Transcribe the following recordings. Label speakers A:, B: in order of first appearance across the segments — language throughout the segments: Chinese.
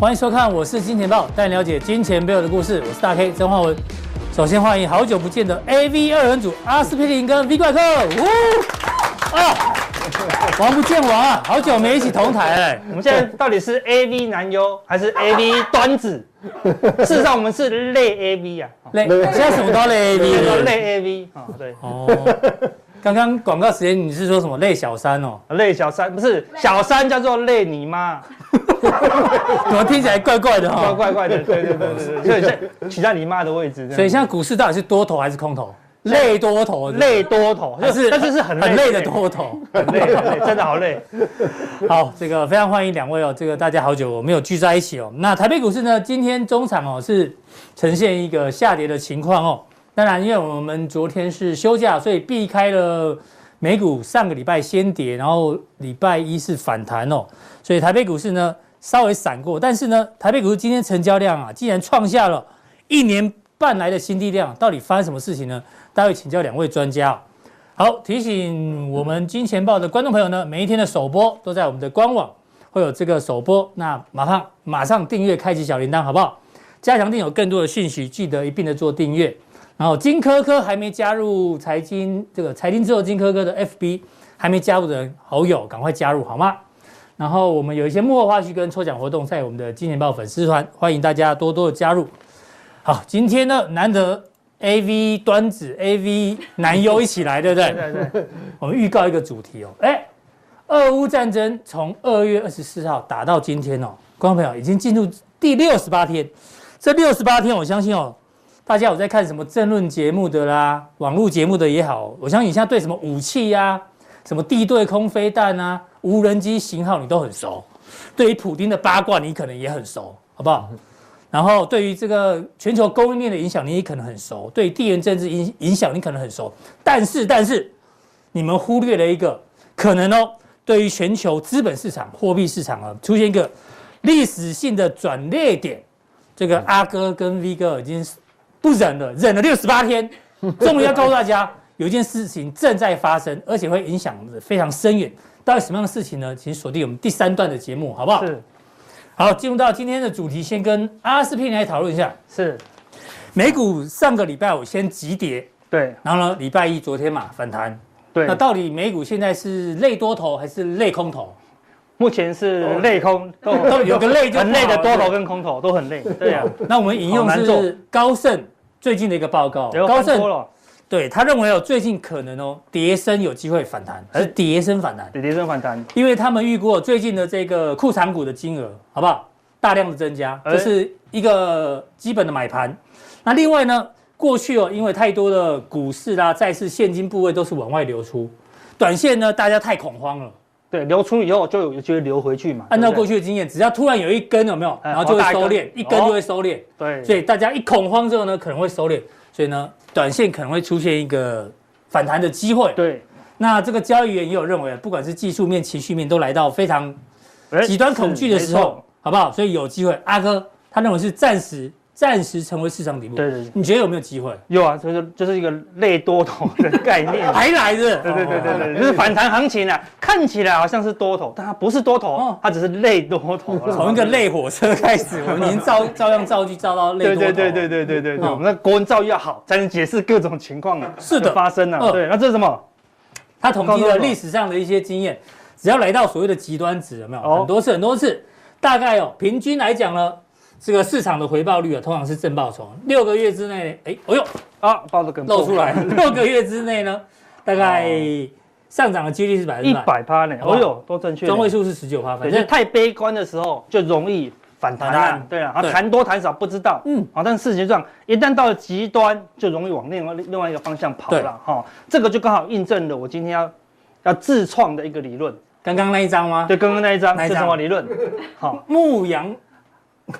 A: 欢迎收看，我是金钱豹，带你了解金钱背后的故事。我是大 K 曾焕文。首先欢迎好久不见的 AV 二人组阿司匹林跟 V 怪客。呜啊，王不见王啊，好久没一起同台了。
B: 我们现在到底是 A V 男优还是 A V 端子？事实上，我们是类 A V 啊，
A: 累，现在什么都累 AV
B: 叫
A: 了。
B: 类 A V 啊，对，
A: 哦，刚刚广告时间你是说什么累小三哦？
B: 类小三不是小三叫做类你妈，
A: 怎么听起来怪怪的哦哈、
B: 怪怪怪的，对对对对对，所以现取代你妈的位置，
A: 所
B: 所
A: 以现在股市到底是多头还是空头？累多头，
B: 类多头，
A: 还
B: 但是是很
A: 很累
B: 累
A: 的，多头。
B: 很累很累，真的好累。
A: 好，这个非常欢迎两位哦，这个大家好久我没有聚在一起哦。那台北股市呢，今天中场哦是呈现一个下跌的情况哦。当然，因为我们昨天是休假，所以避开了美股上个礼拜先跌，然后礼拜一是反弹哦，所以台北股市呢稍微闪过，但是呢，台北股市今天成交量啊，竟然创下了一年半来的新低量，到底发生什么事情呢？待会请教两位专家哦、好，提醒我们金钱豹的观众朋友呢，每一天的首播都在我们的官网会有这个首播，那马上马上订阅，开启小铃铛，好不好？加强定有更多的讯息，记得一并的做订阅。然后金科科还没加入财经这个财经之后金科科的 FB，还没加入的人好友赶快加入好吗？然后我们有一些幕后花絮跟抽奖活动在我们的金钱豹粉丝团，欢迎大家多多的加入。好，今天呢难得 AV 端子 AV 男优一起来，对不对？
B: 对对对，
A: 我们预告一个主题哦，哎，俄乌战争从二月二十四号打到今天哦，观众朋友已经进入第六十八天，这六十八天我相信哦，大家有在看什么政论节目的啦，网络节目的也好，我相信你现在对什么武器呀、什么地对空飞弹啊、无人机型号你都很熟，对于普丁的八卦你可能也很熟，好不好？然后对于这个全球供应链的影响，你也可能很熟；对于地缘政治影影响，你可能很熟。但是，但是，你们忽略了一个可能哦，对于全球资本市场、货币市场啊，出现一个历史性的转捩点。这个阿哥跟 V 哥已经不忍了，忍了六十八天，终于要告诉大家，有一件事情正在发生，而且会影响得非常深远。到底什么样的事情呢？请锁定我们第三段的节目，好不好？
B: 是
A: 好，进入到今天的主题，先跟阿司匹林来讨论一下。
B: 是，
A: 美股上个礼拜五先急跌，
B: 对
A: 然后呢，礼拜一昨天嘛反弹，
B: 对
A: 那，到底美股现在是类多头还是类空头？
B: 目前是类空，都
A: 都有个类就
B: 很累的
A: 不好
B: 多
A: 了
B: 头跟空头都很累，对啊，
A: 那我们引用
B: 好难做
A: 是高盛最近的一个报告，
B: 有
A: 高
B: 看多
A: 盛
B: 了，
A: 对他认为哦，最近可能哦，跌升有机会反
B: 哎
A: 弹，是跌升反弹，
B: 跌跌升反弹，
A: 因为他们预估哦最近的这个库藏股的金额，好不好？大量的增加，
B: 哎
A: 这是一个基本的买盘。那另外呢，过去哦，因为太多的股市啦、债市、现金部位都是往外流出，短线呢，大家太恐慌了。
B: 对，流出以后就有就会流回去嘛。
A: 按照过
B: 去，
A: 去的经验，只要突然有一根有没有，
B: 哎
A: 然后就会
B: 好大一根
A: 收敛，一根
B: 哦
A: 就会收敛。
B: 对，
A: 所以大家一恐慌之后呢，可能会收敛，所以呢，短线可能会出现一个反弹的机会。
B: 对，
A: 那这个交易员也有认为，不管是技术面、情绪面，都来到非常
B: 哎
A: 极端恐惧的时，
B: 是没
A: 候
B: 错，
A: 好不好？所以有机会，阿哥他认为是暂时暂时成为市场底部。
B: 对对对
A: 你觉得有没有机会？
B: 有啊，就是就是一个类多头的概 念。
A: 还来着？
B: 对对对对
A: 哦。
B: 对，就是反弹行情啊，看起来好像是多头，但它不是多头
A: 哦，
B: 它只是类多头啦。
A: 从一个类火车开始，我们已经照照样造句照到类
B: 对
A: 多头
B: 对对对对对对对，
A: 嗯
B: 我们的国文造诣要好，才能解释各种情况
A: 是的
B: 发生
A: 嗯
B: 啊。对，那这是什么？
A: 他统计了历史上的一些经验，只要来到所谓的极端值，有没有？
B: 哦
A: 很多次，很多次，大概哦，平均来讲呢，这个市场的回报率啊，通常是正报酬，六个月之内，哎，哎呦，
B: 啊，抱着梗
A: 露出来，六个月之内呢，大概
B: 哦
A: 上涨的几率是百分之
B: 一
A: 百，
B: 百趴呢，
A: 好不好
B: 哦呦，多正确呢。
A: 中位数是十九趴，
B: 对，
A: 反
B: 就是
A: 正
B: 太悲观的时候就容易反弹
A: 反
B: 啊
A: 弹。
B: 对啊，啊
A: 对
B: 谈多谈少不知道，
A: 嗯
B: 嗯，好，但事情就这样，一旦到了极端，就容易往另外另外一个方向跑了哈、这个就刚好印证了我今天要要自创的一个理论，
A: 刚刚那一张吗？
B: 对，刚刚那一张
A: 那一
B: 是
A: 张
B: 什么 理论？好
A: 牧羊，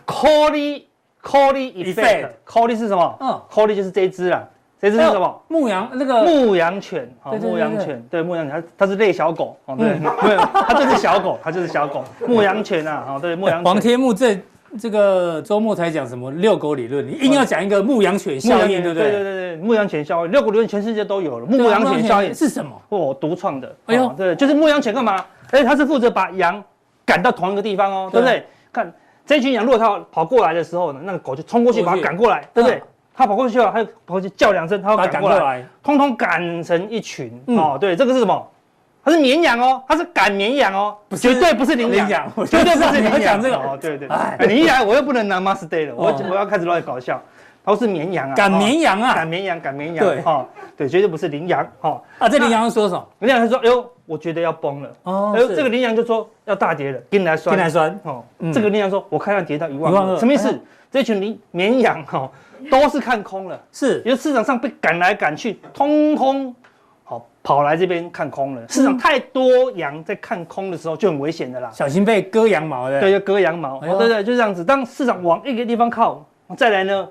B: ，Colly Colly
A: Effect
B: effect，Colly 是什么？
A: 嗯
B: 嗯，Colly 就是这一只啊，这只是什么？
A: 呃牧羊那个
B: 牧羊犬，好，
A: 对对对嗯
B: 牧羊犬，对，牧羊犬，它它是类小狗，哦，对， 没有，它就是小狗，它就是小狗，牧羊犬啊，好，对，牧羊
A: 黄
B: 犬，
A: 天木这这个周末才讲什么遛狗理论，你硬要讲一个牧羊犬效应，对不
B: 对
A: 对
B: 对？对，牧羊犬效应，六股理论全世界都有了。
A: 对
B: 牧
A: 啊
B: 羊犬效应是
A: 是什么？
B: 我独创的。
A: 哎
B: 哎
A: 呦
B: 呦，对，就是牧羊犬干嘛？哎，它是负责把羊赶到同一个地方哦，
A: 对
B: 对
A: 啊
B: 不对？看这群羊如果它跑过来的时候呢，那个狗就冲过去把它赶过来，对不对
A: 嗯？
B: 它跑过去了，它就跑过去叫两声，它要
A: 把它
B: 哦
A: 啊赶
B: 赶过
A: 过
B: 来，
A: 来，
B: 通通赶成一群
A: 嗯
B: 哦。对，这个是什么？它是绵羊哦，它是赶绵羊哦，
A: 不是
B: 绝对不是羚羊。
A: 羊，我就
B: 绝对
A: 知道
B: 不是
A: 你
B: 羚
A: 要
B: 羊。
A: 讲这
B: 哦
A: 个，
B: 对对对
A: 哎
B: 哎，你一来我又不能拿 must day 了，我
A: 哦
B: 我要开始乱搞笑。都是绵羊啊，
A: 赶
B: 哦
A: 绵羊啊
B: 赶绵羊，赶绵羊，
A: 对
B: 哈，对，绝对不是羚羊，哈。
A: 啊！这羚羊说什么？
B: 羚羊他说，哎呦，我觉得要崩了，
A: 哦
B: 哎呦，这个羚羊就说要大跌了，跟你来
A: 天
B: 算，
A: 来酸，
B: 哦
A: 嗯，
B: 这个羚羊说，我看要跌到一万
A: 12,000
B: 二，什么意思
A: 哎呀？
B: 这群羚绵羊哈，都是看空了，
A: 是
B: 因为市场上被赶来赶去，通通好跑来这边看空
A: 嗯
B: 了。市场太多羊在看空的时候就很危险的啦。
A: 小心被割羊毛的，
B: 对，就割羊毛，
A: 哎呦
B: 哦对对，就这样子。当市场往一个地方靠，再来呢，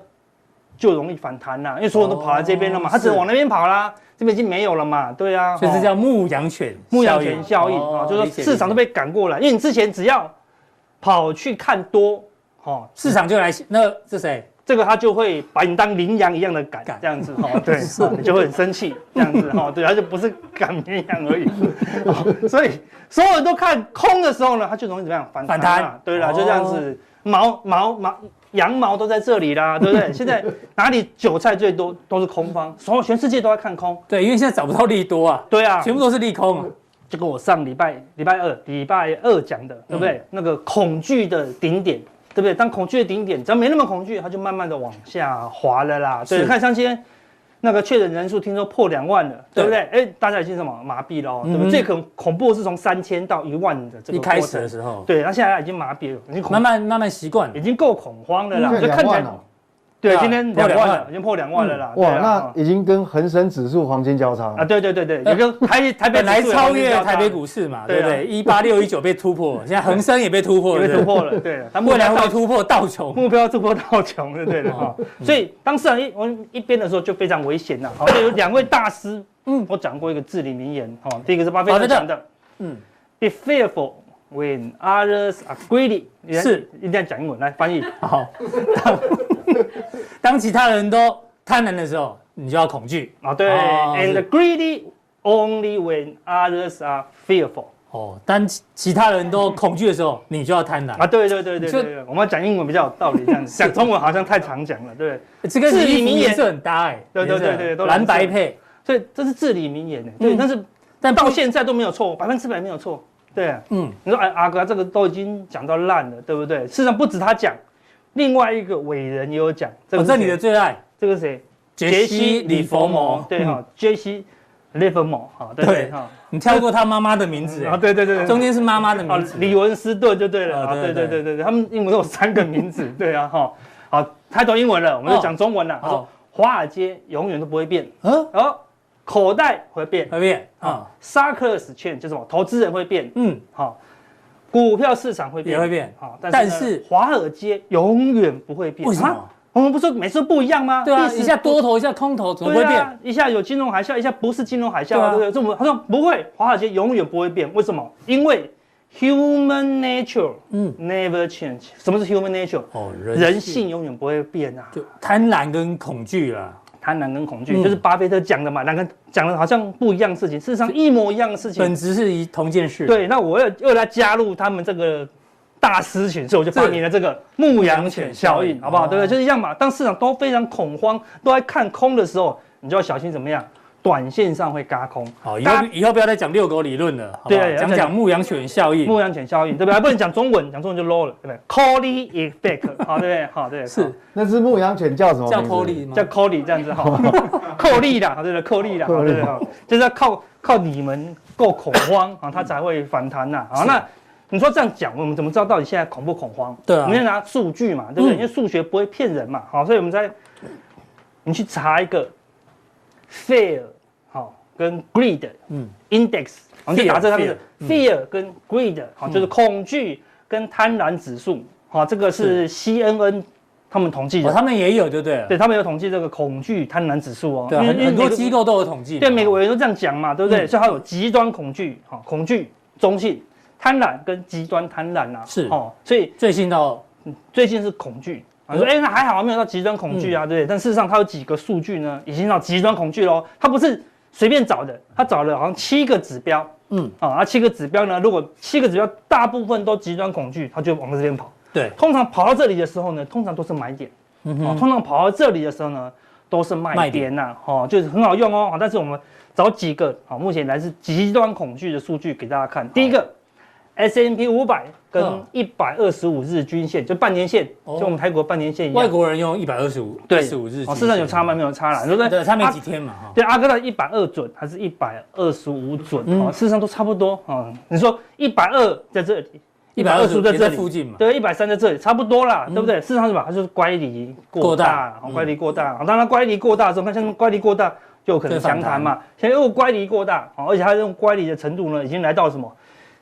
B: 就容易反弹啦，因为所有人都跑来这边了
A: 哦
B: 嘛，它只能
A: 是
B: 往那边跑啦，这边已经没有了嘛，对啊，
A: 所以这
B: 哦
A: 叫牧羊犬
B: 牧羊犬效应
A: 哦
B: 啊，就是
A: 理解
B: 说市场都
A: 理解
B: 被赶过来，因为你之前只要跑去看多，哦，
A: 市场就来，那这谁？
B: 这个它就会把你当羚羊一样的赶
A: 赶，
B: 这样子哦，对，哦你就会很生气，这样子哦，对，它就不是赶绵羊而已，哦所以所有人都看空的时候呢，它就容易怎么样反
A: 反
B: 弹
A: 弹
B: 嘛，对啦，就这样子，毛毛毛羊毛都在这里啦，对不对？现在哪里韭菜最多都是空方，所有全世界都在看空，
A: 对，因为现在找不到利多啊，
B: 对啊，
A: 全部都是利空啊。
B: 就跟我上礼拜礼拜二礼拜二讲的，对不
A: 嗯
B: 对？那个恐惧的顶点，对不对？当恐惧的顶点，只要没那么恐惧，它就慢慢的往下滑了啦。
A: 是
B: 对，看像今天那个确诊人数，听说破两万了，
A: 对
B: 对不对？哎，大家已经什么麻痹了哦，对不
A: 嗯
B: 对？最恐恐怖的是从三千到一万的这个
A: 一开
B: 过
A: 始
B: 程
A: 的，时候，
B: 对，那现在已经麻痹了，已经恐
A: 慢慢慢慢习惯了
B: 已，经够恐慌了啦。
C: 这
B: 就
C: 两
B: 看起
C: 万
B: 来，
C: 哦，
A: 对
B: 对
A: 啊，
B: 今天
A: 破
B: 两万
A: 两
B: 了
A: 万，嗯
B: 已经破两万了啦。对
C: 哇，
B: 啊
C: 那已经跟恒生指数黄金交叉
B: 啊，
C: 了。
B: 对对对对，也跟台台北
A: 本来
B: 指数也
A: 超
B: 已经
A: 越
B: 交叉
A: 台北
B: 了
A: 股市嘛，对
B: 对啊
A: 不对？一八六一九被突 破，现在恒生也被突破
B: 也
A: 了，
B: 被
A: 对
B: 突
A: 不对
B: 破了，对啊了，它目
A: 未来
B: 标到
A: 会突破道琼。
B: 目标突破到穷就 对
A: 哦
B: 了哈、
A: 嗯
B: 所以当市场一我一边的时候就非常危险了。好，有两位大师，
A: 嗯哦
B: 嗯，我讲过一个至理名言哈、第一个是巴菲
A: 巴
B: 特
A: 菲特
B: 讲的
A: 嗯，
B: ，Be fearful when others are greedy，你来
A: 是
B: 一定要讲英文来 翻译，
A: 好，当当其他人都贪婪的时候，你就要恐惧。
B: 啊对、
A: 哦
B: a n d
A: 是
B: greedy only when others are fearful，
A: 哦，当其其他人都恐惧的时候，你就要贪婪。
B: 啊对对对对
A: 这
B: 对对，我们要讲英文比较有道理，这样子讲中文好像太常讲了，对不对？
A: 这个
B: 至理
A: 衣服
B: 名言
A: 颜色很搭哎，
B: 对对对
A: 颜色
B: 对都蓝
A: 蓝
B: 色
A: 白配，
B: 所以这是至理名言呢，欸对，
A: 嗯
B: 但是
A: 但
B: 到
A: 不
B: 现在都没有错，百分之百没有错，对、啊。
A: 嗯，
B: 你说哎，阿哥这个都已经讲到烂了，对不对？事实上不止他讲，另外一个伟人也有讲。这
A: 我
B: 个
A: 哦这
B: 是
A: 你
B: 谁
A: 的最爱，
B: 这个是谁？
A: 杰西·里佛摩。
B: 对啊
A: 嗯
B: 哈，杰西·利弗摩哈，对
A: 对
B: 对哈，
A: 你跳过他妈妈的名字
B: 啊
A: 哎，
B: 对对对
A: 中
B: 对。
A: 间是妈妈的
B: 啊
A: 名字，。
B: 李文斯顿就对了
A: 啊
B: 啊，
A: 对
B: 对
A: 对
B: 对对对对，他们英文有三个名字，对啊哈。好，太多英文了，我们就讲中文了。他
A: 哦好
B: 说，华尔街永远都不会变，
A: 嗯，
B: 哦，口袋会变，
A: 何变
B: 啊
A: 啊？
B: ，Sarkers 券就是什么，投资人会变，
A: 嗯，
B: 好、股票市场会变，
A: 也会变
B: 好、
A: 但
B: 但是
A: 是
B: 呢华尔街永远不会变。
A: 为什么
B: 啊？我们不是说每次都不一样吗？
A: 对啊，
B: 历史
A: 一下多头，一下空头，怎么
B: 对
A: 会变？
B: 啊，一下有金融海啸，一下不是金融海啸，
A: 对啊
B: 对不对？这我们他说不会，华尔街永远不会变，为什么？因为 human nature
A: 嗯，
B: never change。什么是 human nature？
A: 哦，
B: 人性永远不会变啊，
A: 就贪婪跟恐惧啦。
B: 贪婪跟恐惧、
A: 嗯
B: 就是巴菲特讲的嘛，两个讲的好像不一样的事情，事实上一模一样的事情，
A: 本质是一同件事。，
B: 对，那我又又来加入他们这个大师群，所以我就发明了这个牧羊犬效应，好不好？对不
A: 哦
B: 对？就是一样嘛。当市场都非常恐慌，都在看空的时候，你就要小心怎么样，短线上会嘎空。
A: 好，哦以后
B: 嘎
A: 以后不要再讲遛狗理论了，好不好
B: 对
A: 讲讲牧羊犬效应。
B: 牧羊犬效应，对不对？不能讲中文，讲中文就 low 了，对不对？Collie effect，好，对哦不对？好，对，
A: 是
C: 那只牧羊犬叫什么名字？
A: 叫 Polly
B: 好
A: 吗
B: 哦叫？Collie 这样 子，好，扣力啦，好对不对？扣力啦，好对不对？好就是要靠靠你们够恐慌啊，它才会反弹呐。好，
A: 是
B: 那你说这样讲，我们怎么知道到底现在恐不恐慌？
A: 对啊
B: 我们要拿数据嘛，对不对？
A: 嗯
B: 因为数学不会骗人嘛，哦好，所以我们在你去查一个 fear 好跟 greed
A: 嗯
B: index，我们就
A: Fear，
B: 打这三个字
A: fear，嗯嗯
B: fear 跟 greed 好，就是恐惧跟贪婪指数好，这个是 CNN 他们统计
A: 哦，
B: 的。
A: 他们也有，对不对？
B: 对他们有统计这个恐惧贪婪指数哦，
A: 对啊，
B: 因为
A: 很很
B: 因为每
A: 多
B: 个
A: 机构都有统计嘛。
B: 对，每个委员都这样讲嘛，对不对？
A: 嗯
B: 所以它有极端恐惧，哈、恐惧、中性、贪婪跟极端贪婪啊，
A: 是
B: 哦，所以
A: 最新到
B: 最近是恐惧。啊，
A: 嗯
B: 你说哎、那还好啊，没有到极端恐惧啊，对不对？但事实上，它有几个数据呢，已经到极端恐惧喽。它不是随便找的，它找了好像七个指标，啊
A: 嗯
B: 嗯，啊，那七个指标呢，如果七个指标大部分都极端恐惧，它就往这边跑。
A: 对，
B: 通常跑到这里的时候呢，通常都是买点。
A: 嗯
B: 哦，
A: 哼，
B: 通常跑到这里的时候呢，都是卖点呐、哦，就是很好用哦。好但是我们找几个好、目前来自极端恐惧的数据给大家看。第一个，S M P 五百跟
A: 嗯
B: 一百二十五日均线，就半年线，
A: 哦
B: 就我们台国半年线一
A: 外
B: 样。
A: 国人用一百二十五，
B: 对，
A: 十五日均线，
B: 哦，市场有差吗？没有差啦，对不对？
A: 对，差没
B: 啊
A: 几天嘛哈。
B: 对，阿哥的一百二准还是一百二十五准、
A: 嗯
B: 哦，事实上都差不多哦。你说一百二在这里，一百二十
A: 125
B: 在这
A: 也
B: 里
A: 附近嘛嗯
B: 对，一百三在这里，差不多啦，对不对？事实上是吧，它就是乖离过
A: 过大
B: 大，哦
A: 嗯
B: 乖离过大。哦当然乖离过大的时候，看像乖离过大就有可能
A: 对反
B: 强弹嘛。现在又乖离过大，哦，而且它这种乖离的程度呢，已经来到什么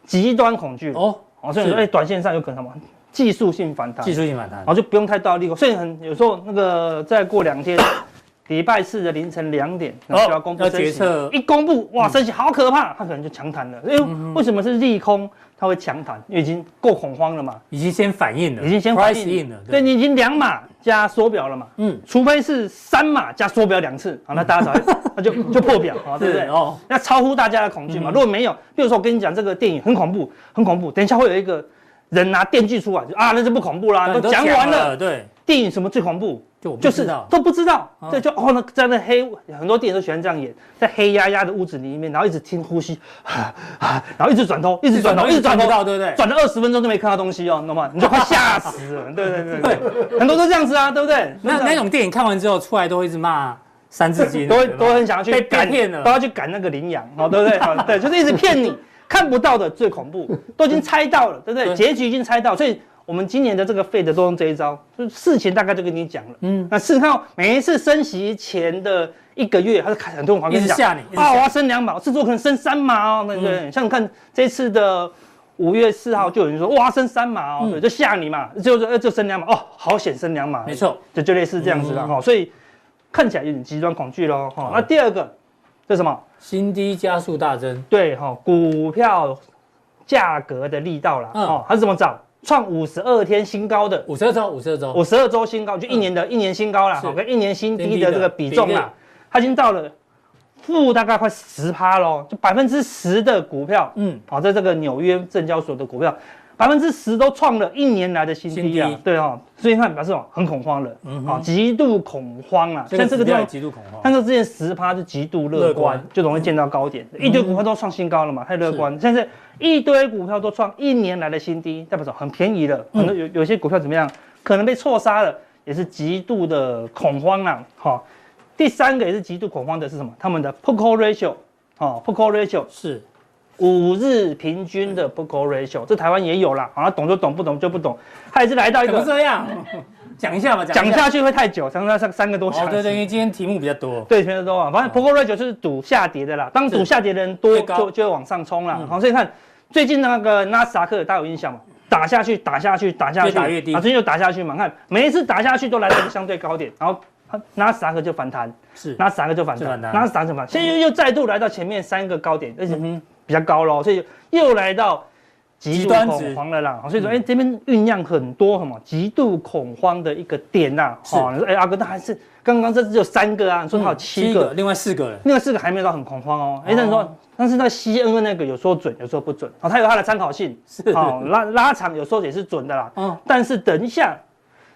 B: 极端恐惧哦。
A: 哦，
B: 所以你说，
A: 是
B: 哎，短线上有可能什么技术性反弹
A: 技，术性反弹
B: 然，后就不用太大力过。所以很有时候那个再过 两天，礼拜四的凌晨两点，然后就要公布
A: 哦要
B: 升
A: 决
B: 息
A: 策嗯
B: 一公布，哇，升息好可怕，它可能就强弹了。因为为什么是利空，它会强弹？因为已经够恐慌了嘛，
A: 已经先反应了，
B: 已经先
A: 嗯 price in 了，
B: 对，你已经两码加缩表了嘛。
A: 嗯，
B: 除非是三码加缩表两次，好，那大家 才会那就就破表，好，对不
A: 是
B: 对？
A: 哦，嗯
B: 那超乎大家的恐惧嘛。如果没有，比如说我跟你讲这个电影很恐怖，很恐怖，等一下会有一个人拿电锯出来，就啊，那就不恐怖啦，
A: 啊
B: 都讲完了。
A: 对，
B: 电影什么最恐怖？
A: 就我不
B: 就是
A: 知道，
B: 都不知道
A: 啊，
B: 对，就哦，那在那黑，很多电影都喜欢这样演，在黑压压的屋子里面，然后一直听呼吸， 啊啊，然后一直转头，一直转头，一直转
A: 不
B: 头，
A: 到，对不对？
B: 转了二十分钟都没看到东西哦，你懂吗？你就快吓死了，对对对对，很多都这样子啊，对不对？
A: 那那种电影看完之后出来都会一直骂《三字经》，
B: 都会
A: 对吧
B: 都很想要去
A: 被
B: 赶
A: 被骗了
B: 都要去赶那个羚羊，哦，对不 对？哦对，就是一直骗你，看不到的最恐怖，都已经猜到了，对不对？
A: 对
B: 结局已经猜到，所以我们今年的这个 Fed 都用这一招，就是事前大概就跟你讲了。
A: 嗯，
B: 那事实上，每一次升息前的一个月，他是开很多人狂跟
A: 一直
B: 讲
A: 吓你一直吓
B: 啊，
A: 你嗯
B: 我要升两码，制作可能升三码哦，对不对？像你看这次的。五月四号就有人说哇升三码哦，
A: 嗯
B: 对，就吓你嘛，就是呃就升两码哦，好险升两码而已，
A: 没错，
B: 就就类似这样子了哈、所以看起来有点极端恐惧喽哈。那第二个这是什么？
A: 新低加速大增，
B: 对哈、股票价格的力道啦，
A: 嗯
B: 哦，它是怎么涨？创五十二天新高的
A: 五十二周，五十二周，
B: 五十二周新高，就一年的、一年新高啦，
A: 嗯是
B: 好跟一年新低
A: 新低
B: 的
A: 的
B: 这个比重
A: 比
B: 啦
A: 例，
B: 它已经到了负大概快十趴喽，就百分之十的股票，
A: 嗯，
B: 好、在这个纽约证交所的股票。百分之十都创了一年来的新低啊
A: 新低，
B: 对哦，所以看表示哦很恐慌了，啊、
A: 嗯哼
B: 极度恐慌啊，像这
A: 指
B: 个地
A: 标
B: 方
A: 也极度恐慌，
B: 但是之前十趴就极度乐
A: 哦乐
B: 观
A: 观，嗯
B: 就容易见到高点，一堆股票都创新高了嘛，太乐观。现在一堆股票都创一年来的新低，代表说很便宜
A: 嗯
B: 了。很多有有些股票怎么样，可能被错杀了，也是极度的恐慌啦。好、第三个也是极度恐慌的是什么？他们的 p o c o ratio，哦 p o c o ratio
A: 是
B: 五日平均
A: 嗯
B: 的 p o c o ratio，这台湾也有啦。好、那懂就懂，不懂就不懂。它也是来到一
A: 怎么
B: 个
A: 哎这样？ 讲一下吧，
B: 讲
A: 一下，
B: 下去会太久，讲下三三个多小
A: 哦，
B: 时。
A: 对对，因为今天题目比较多，
B: 对，全都都啊，反正 p o c o r a t i 就是赌下跌的啦。当赌下跌的人多，
A: 哦最高嗯
B: 就就会往上冲啦。好，所以你看最近那个纳斯达克，大家有印象吗？打下去，打下去，打下去，
A: 越打越低
B: 啊，最近又打下去嘛。你看每一次打下去都来到一个相对高点，然后它纳斯达克就反弹，
A: 是
B: 纳斯达克就反
A: 就
B: 弹，
A: 反弹
B: 纳斯达克就反弹，现在又又再度来到前面三个高点，而
A: 嗯
B: 且比较高喽，所以又来到极
A: 极
B: 度
A: 端值嗯
B: 恐慌了啦。所以说，哎、这边酝酿很多什么极度恐慌的一个点呐、
A: 是
B: 哦，你说，哎、阿哥，那还是刚刚这只有三个啊，你说它有
A: 嗯
B: 七个，
A: 另外四个人，
B: 那个四个还没有到很恐慌哦。哎、但是说，但是那个 CNN 那个有时候准，有时候不准，哦，它有它的参考性，
A: 是
B: 哦，拉拉长有时候也是准的啦。
A: 嗯，
B: 但是等一下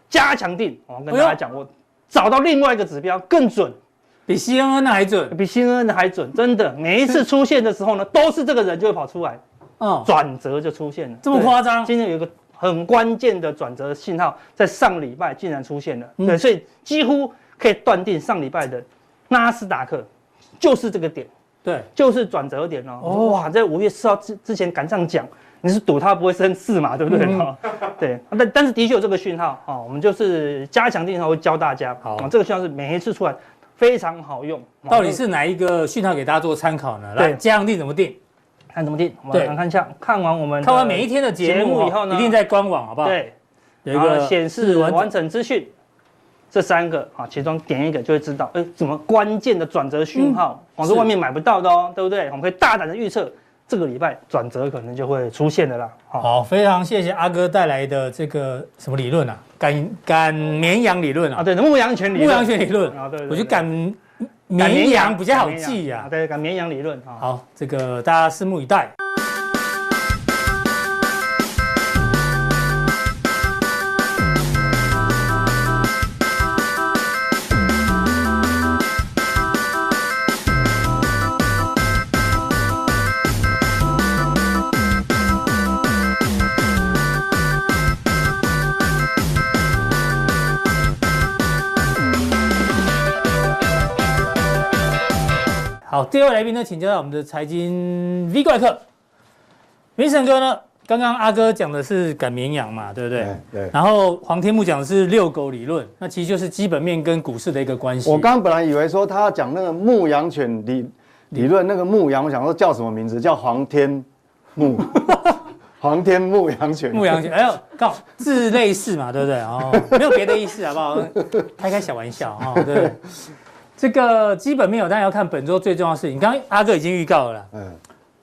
B: 加强定，我跟
A: 哎
B: 大
A: 呦
B: 家讲，我找到另外一个指标更准，
A: 比 CNN 还准，
B: 比 CNN 还准，真的。每一次出现的时候呢，都是这个人就会跑出来。
A: 嗯，
B: 转折就出现了，
A: 这么
B: 对
A: 夸张，
B: 今天有一个很关键的转折信号，在上礼拜竟然出现了，
A: 嗯
B: 对，所以几乎可以断定上礼拜的纳斯达克就是这个点，
A: 对，
B: 就是转折点哦。
A: 哦
B: 哇，在五月四号之之前赶上讲，你是赌它不会升四嘛，对不
A: 嗯
B: 对？哈，对，但但是的确有这个讯号啊，我们就是加强定号会教大家，
A: 好
B: 哦这个讯号是每一次出来非常好用，哦
A: 到底是哪一个讯号给大家做参考呢？来，
B: 对
A: 加强定怎么定？
B: 看怎么定，我
A: 对
B: 们看一下，看完我们的
A: 看完每一天的节
B: 节目
A: 目
B: 以
A: 以
B: 后
A: 后
B: 呢
A: 呢，一定在官网好不好？，
B: 对。
A: 有一
B: 然后
A: 个
B: 啊显示
A: 完整
B: 完整资讯，这三个啊，其中点一个就会知道，哎，怎么关键的转折讯号，我、是
A: 嗯是
B: 外面买不到的哦，对不对？我们可以大胆的预测，这个礼拜转折可能就会出现的啦。啊好、
A: 好，非常谢谢阿哥带来的这个什么理论啊？赶赶绵羊理论
B: 啊，
A: 啊，
B: 对，牧羊犬理论，
A: 牧羊犬理论
B: 啊对对对
A: 我觉得赶绵羊比较好记
B: 啊
A: 呀。
B: 对，赶绵羊理论啊。
A: 好，这个大家拭目以待。好，第二位来宾呢，请教到我们的财经 V 怪客，明神哥呢，刚刚阿哥讲的是赶绵羊嘛，对不对？
C: 哎对
A: 然后黄天木讲的是遛狗理论，那其实就是基本面跟股市的一个关系。
C: 我刚刚本来以为说他要讲那个牧羊犬理理论，那个牧羊，我想说叫什么名字？叫黄天 牧，黄天牧羊犬。
A: 牧羊犬，哎呦，告字类似嘛，对不对？哦， 没有别的意思，好不好？开开小玩笑哈、哦，对不对？这个基本面有，哦当然要看本周最重要的事情。刚刚阿哥已经预告了啦，
C: 嗯，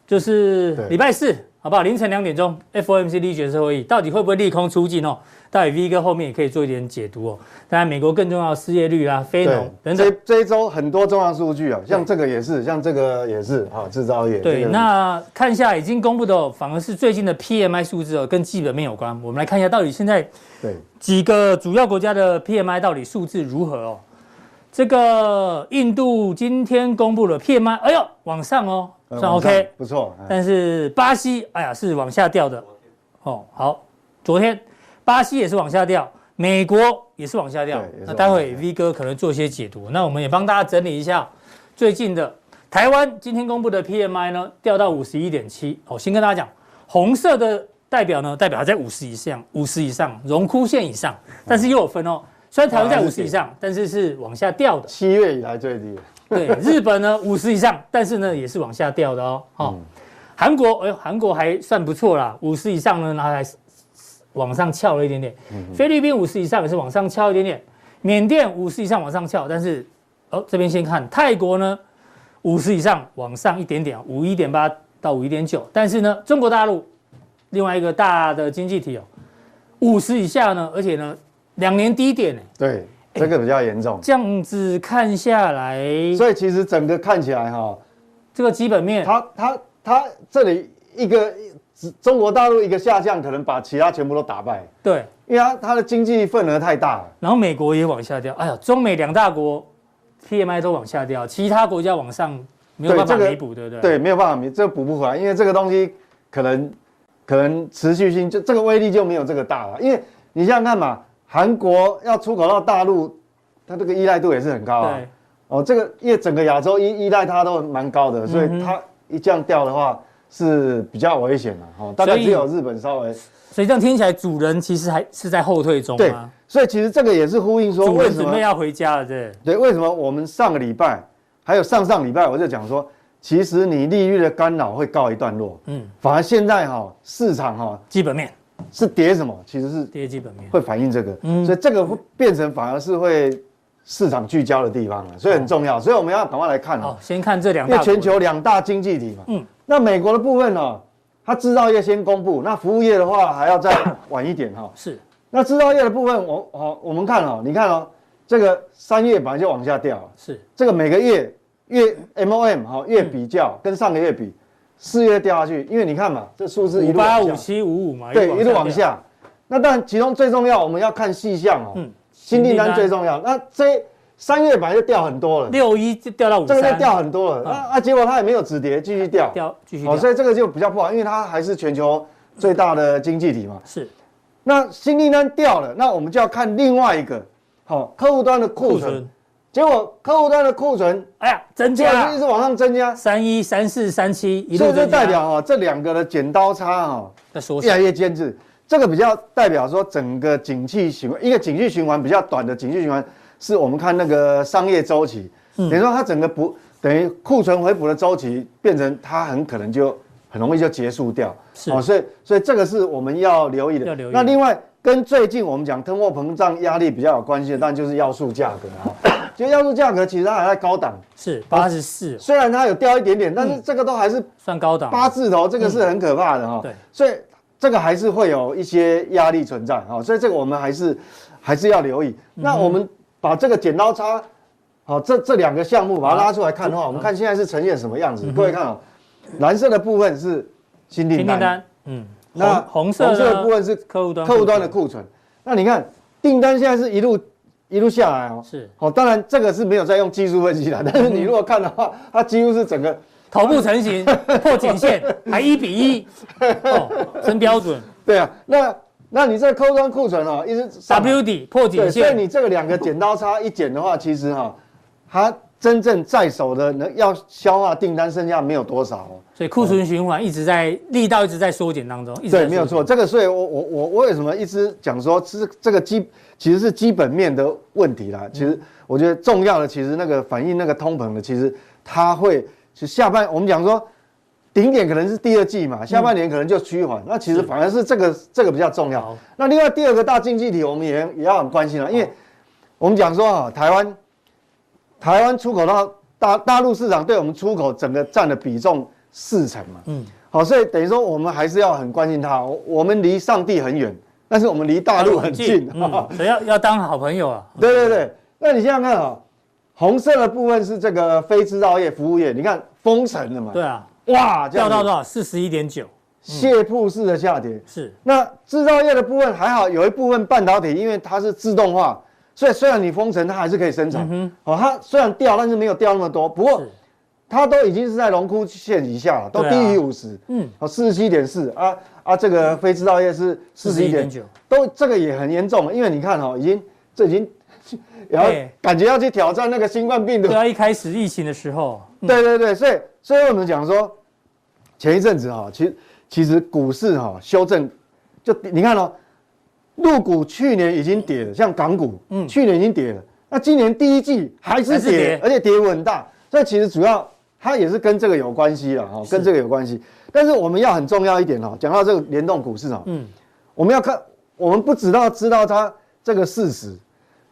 A: 就是
C: 对
A: 礼拜四，好不好？凌晨两点钟，FOMC 利率决策会议到底会不会利空出尽哦？待会 V 哥后面也可以做一点解读哦。当然，美国更重要的失业率啦、啊非农
C: 对，
A: 等
C: 这
A: 等。
C: 这一周很多重要数据啊，像这个也是，像这个也是，好，制造业。这
A: 对，
C: 个
A: 那看一下已经公布的、哦，反而是最近的 PMI 数字哦，跟基本面有关。我们来看一下，到底现在
C: 对
A: 几个主要国家的 PMI 到底数字如何哦？这个印度今天公布了 PMI，哎呦，往上哦，
C: 呃
A: 算
C: 往上
A: OK。
C: 不错。哎
A: 但是巴西，哎呀，是往下掉的。哦，好，昨天巴西也是往下掉，美国也是往下掉
C: 对也。是
A: 那
C: 往
A: 待
C: 下
A: 会
C: 掉
A: V 哥可能做一些解读，那我们也帮大家整理一下最近的台湾今天公布的 PMI 呢，掉到五十一点七。哦，先跟大家讲，红色的代表呢，代表还在五十以上，五十以上，荣枯线以上，但是又有分哦。虽然台湾在五十以上，但是是往下掉的。
C: 七月以来最低，
A: 对，日本呢五十以上，但是呢也是往下掉的哦。哦，韩国，哎呦，韩国还算不错啦，五十以上呢，然后还是往上翘了一点点。菲律宾五十以上也是往上翘一点点，缅甸五十以上往上翘，但是哦这边先看泰国呢五十以上往上一点点，五一点八到五一点九，但是呢中国大陆另外一个大的经济体哦，五十以下呢，而且呢两年低点呢，
C: 对，
A: 哎
C: 这个比较严重。
A: 这样子看下来，
C: 所以其实整个看起来哈，
A: 这个基本 面。
C: 它它它这里一个中国大陆一个下降，可能把其他全部都打败，
A: 对，
C: 因为它它的经济份额太大了。
A: 然后美国也往下掉。哎呀，中美两大国 PMI 都往下掉，其他国家往上没有
C: 对
A: 办法
C: 这个
A: 弥补，对不对？
C: 对，没有办法弥，这补不回来，因为这个东西可能可能持续性就这个威力就没有这个大了。因为你想想看嘛，韩国要出口到大陆，它这个依赖度也是很高啊。
A: 对
C: 哦，这个因为整个亚洲依依赖它都蛮高的，所
A: 嗯
C: 以它一降掉的话是比较危险的哈。哦大概
A: 所以
C: 只有日本稍微
A: 所以这样听起来，主人其实还是在后退中
C: 对
A: 吗？，
C: 所以其实这个也是呼应说
A: 主
C: 为
A: 人
C: 什
A: 准
C: 么
A: 备要回家了，对。
C: 对，为什么我们上个礼拜还有上上礼拜我就讲说，其实你利率的干扰会告一段落，
A: 嗯，
C: 反而现在哈、市场哈、
A: 基本面
C: 是跌什么，其实是
A: 跌基本面。
C: 会反映这个，
A: 嗯
C: 所以这个会变成反而是会市场聚焦的地方了，所以很重要，所以我们要赶快来看
A: 哦好
C: 哦，，
A: 先看这两
C: 因
A: 大
C: 为
A: 国
C: 全球两大经济体嘛，
A: 嗯
C: 嗯，那美国的部分呢、哦它制造业先公布，那服务业的话还要再晚一点哈、哦
A: 是
C: 那制造业的部分，我好我们看哦，你看哦，这个三月本来就往下掉了，
A: 是
C: 这个每个月月 MOM
A: 嗯
C: 哈、月比较、跟上个月比，四月掉下去，因为你看嘛，这数字一
A: 五
C: 路往
A: 八
C: 下
A: 五七五五嘛，
C: 对，一路往
A: 掉。
C: 下。那但其中最重要，我们要看细项哦。
A: 嗯
C: 嗯，新
A: 新
C: 订
A: 订单
C: 单最重要。那这三月本来就掉很多了，
A: 六一就掉到五
C: 这个
A: 三，啊
C: 就掉很多了。啊啊，结果它也没有止跌，继续掉。
A: 掉继续掉，
C: 哦，所以这个就比较不好，因为它还是全球最大的经济体嘛。
A: 是
C: 那新订单掉了，那我们就要看另外一个，好、客户端的库
A: 库
C: 存
A: 存。。
C: 结果客户端的库存
A: 哎呀，增
C: 竟
A: 加
C: 然一直往上增加，
A: 三一三四三七一
C: 所
A: 路
C: 以这
A: 增加
C: 代表哈、哦这两个的剪刀差哈、
A: 在缩
C: 越
A: 小
C: 来，越坚持，这个比较代表说整个景气循环，一个景气循环比较短的景气循环，是我们看那个商业周期，
A: 嗯
C: 等于说它整个补等于库存回补的周期，变成它很可能就很容易就结束掉。哦
A: 是
C: 所以所以这个是我们要留意
A: 要
C: 的
A: 留意。
C: 那另外跟最近我们讲通货膨胀压力比较有关系
A: 嗯
C: 的，当然就是要素价格啊， 就要素价格其实它还在高档，
A: 是八十四，
C: 虽然它有掉一点点，
A: 嗯
C: 但是这个都还是
A: 算高档。
C: 八字头这个是很可怕的哈、
A: 嗯对
C: 所以这个还是会有一些压力存在哈、所以这个我们还是还是要留意。
A: 嗯
C: 那我们把这个剪刀差，好、这这两个项目把它拉出来看
A: 嗯
C: 的话，我们看现在是呈现什么样子。各位看啊、蓝色的部分是新
A: 新
C: 订
A: 订
C: 单，
A: 单，嗯，
C: 那
A: 红红色
C: 红色的部
A: 呢
C: 分是
A: 客户端
C: 客户端的库存。那你看订单现在是一路一路下来哦。
A: 是
C: 好、当然这个是没有在用技术分析的，但是你如果看的话，它几乎是整个
A: 头部成 型破颈线，还一比一，哦，真标准。
C: 对啊，那那你这个客户端库存哦， 一直上来
A: W 底破
C: 对，
A: 颈
C: 所以
A: 线，
C: 你这个两个剪刀差一剪的话，其实哈、它真正在手的能要消化订单剩下没有多少哦。
A: 所以库存循环一直在力道一直在缩减当中，一直在
C: 对，没有
A: 缩减
C: 错，。这个所以我我我我为什么一直讲说这这个基其实是基本面的问题
A: 嗯
C: 啦。其实我觉得重要的其实那个反映那个通膨的，其实它会其实下半我们讲说顶点可能是第二季
A: 嗯
C: 嘛，下半年可能就趋缓。那其实反而是这个这个比较重要
A: 好。
C: 那另外第二个大经济体我们也也要很关心了，因为我们讲说啊，台湾台湾出口到大大陆市场对我们出口整个占的比重四成嘛。
A: 嗯，
C: 好，所以等于说我们还是要很关心它。我我们离上帝很远，但是我们离大陆很近。
A: 嗯， 所以要要当好朋友啊。
C: 对对对，那你想想看啊、红色的部分是这个非制造业、服务业，你看封城了嘛？
A: 对，啊，
C: 哇，这
A: 掉
C: 样
A: 到
C: 子
A: 多少？四十一点九，
C: 卸铺式的下跌。
A: 是
C: 那制造业的部分还好，有一部分半导体，因为它是自动化，所以虽然你封城，它还是可以生产。哦，它虽然掉，但是没有掉那么多。不过
A: 嗯是，
C: 它都已经是在荣枯线以下了，都
A: 对啊
C: 低于五十、
A: 嗯，
C: 哦，四十七点四啊啊，这个非制造业是四十一点
A: 41.9
C: 九，都这个也很严重，因为你看哦，已经这已经 然后
A: 对
C: 感觉要去挑战那个新冠病
A: 哎
C: 毒
A: 对，啊，一开始疫情的时候，嗯
C: 对对对，所以所以我们讲说，前一阵子哈、其其实股市哈、修正，就你看哦，陆股去年已经跌了，像港股，嗯，去年已经跌了，那今年第一季还是
A: 还
C: 跌，
A: 是跌
C: 而且跌幅很大，所以其实主要它也是跟这个有关系了哈，跟这个有关系。但是我们要很重要一点哦，讲到这个联动股市哦，
A: 嗯，
C: 我们要看，我们不知道知道它这个事实，